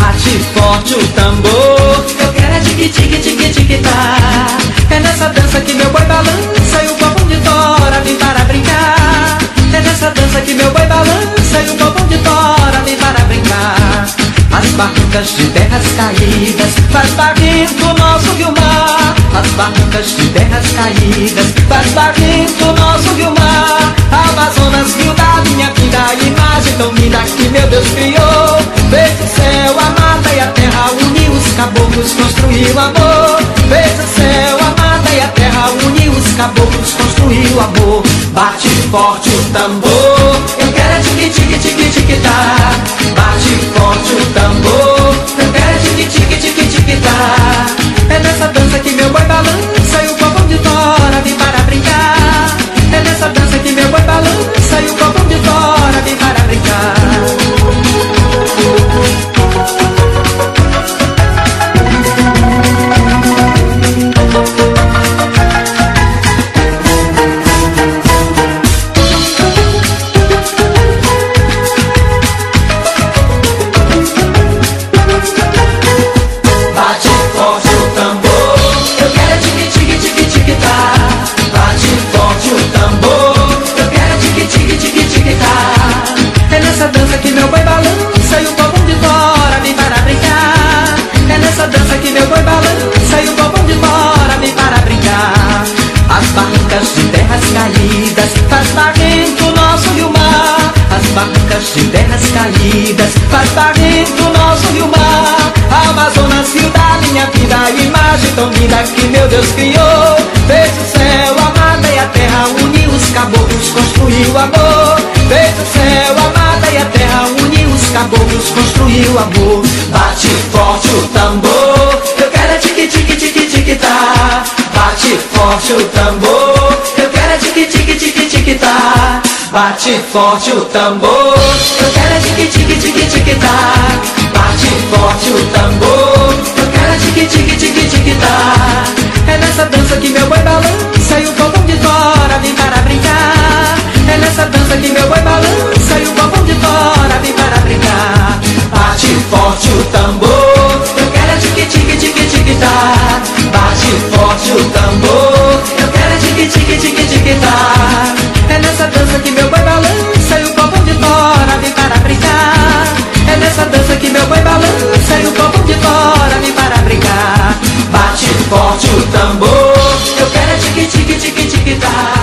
A: Bate forte o tambor, eu quero é tique tique tique tique tá. É nessa dança que meu boi balança e o um copo de tora vem para brincar. É nessa dança que meu boi balança e o copo de tora vem para brincar. As barrancas de terras caídas, faz barrento nosso Guilmar. As barrancas de terras caídas, faz barrento nosso Guilmar. Amazonas, rio da minha vida, a imagem tão linda que meu Deus criou. Fez o céu, a mata e a terra, uniu os caboclos, construiu amor. Fez o céu, a mata e a terra, uniu os caboclos, construiu amor. Bate forte o tambor, eu quero é tique tique tique tique tá. Bate forte o tambor, eu quero é tique tique tique tique tá. É nessa dança que meu boi balança e o copo de tora vem para brincar. É nessa dança que meu boi balança e o copo de tora vem para brincar. Bate forte o tambor, eu quero é tique tique tique tique tá. Bate forte o tambor, eu quero é tique tique tique tique tá. É nessa dança que meu boi balança e o copo de tora vem para brincar. É nessa dança que meu boi balança e o copo de tora vem para brincar. As barrancas de terras caídas faz barrento o nosso rio mar. As barrancas de terras caídas faz barrento o nosso rio mar. Amazonas, rio da minha vida, imagem Deus criou, fez o céu, a mata e a terra, uniu os caboclos, construiu amor. Fez o céu, a mata e a terra, uniu os caboclos, construiu amor. Bate forte o tambor, eu quero é tique tique tique tique tá. Bate forte o tambor, eu quero é tique tique tique tique tá. Bate forte o tambor, eu quero é tique tique tique tique tá. Bate forte o tambor, eu quero é tique tique tique tique tá. É nessa dança que meu boi balança e o povão de fora vem para brincar. É nessa dança que meu boi balança e o povão de fora vem para brincar. Bate forte o tambor, eu quero é tique tique tique tique tá. Bate forte o tambor, eu quero é tique tique tique tique tá. É nessa dança que meu boi balança e o povão de fora vem para brincar. É nessa dança que meu boi balança e o povão de fora vem para brincar. Bate forte o tambor, eu quero é tique tique tique tique tá. tá. É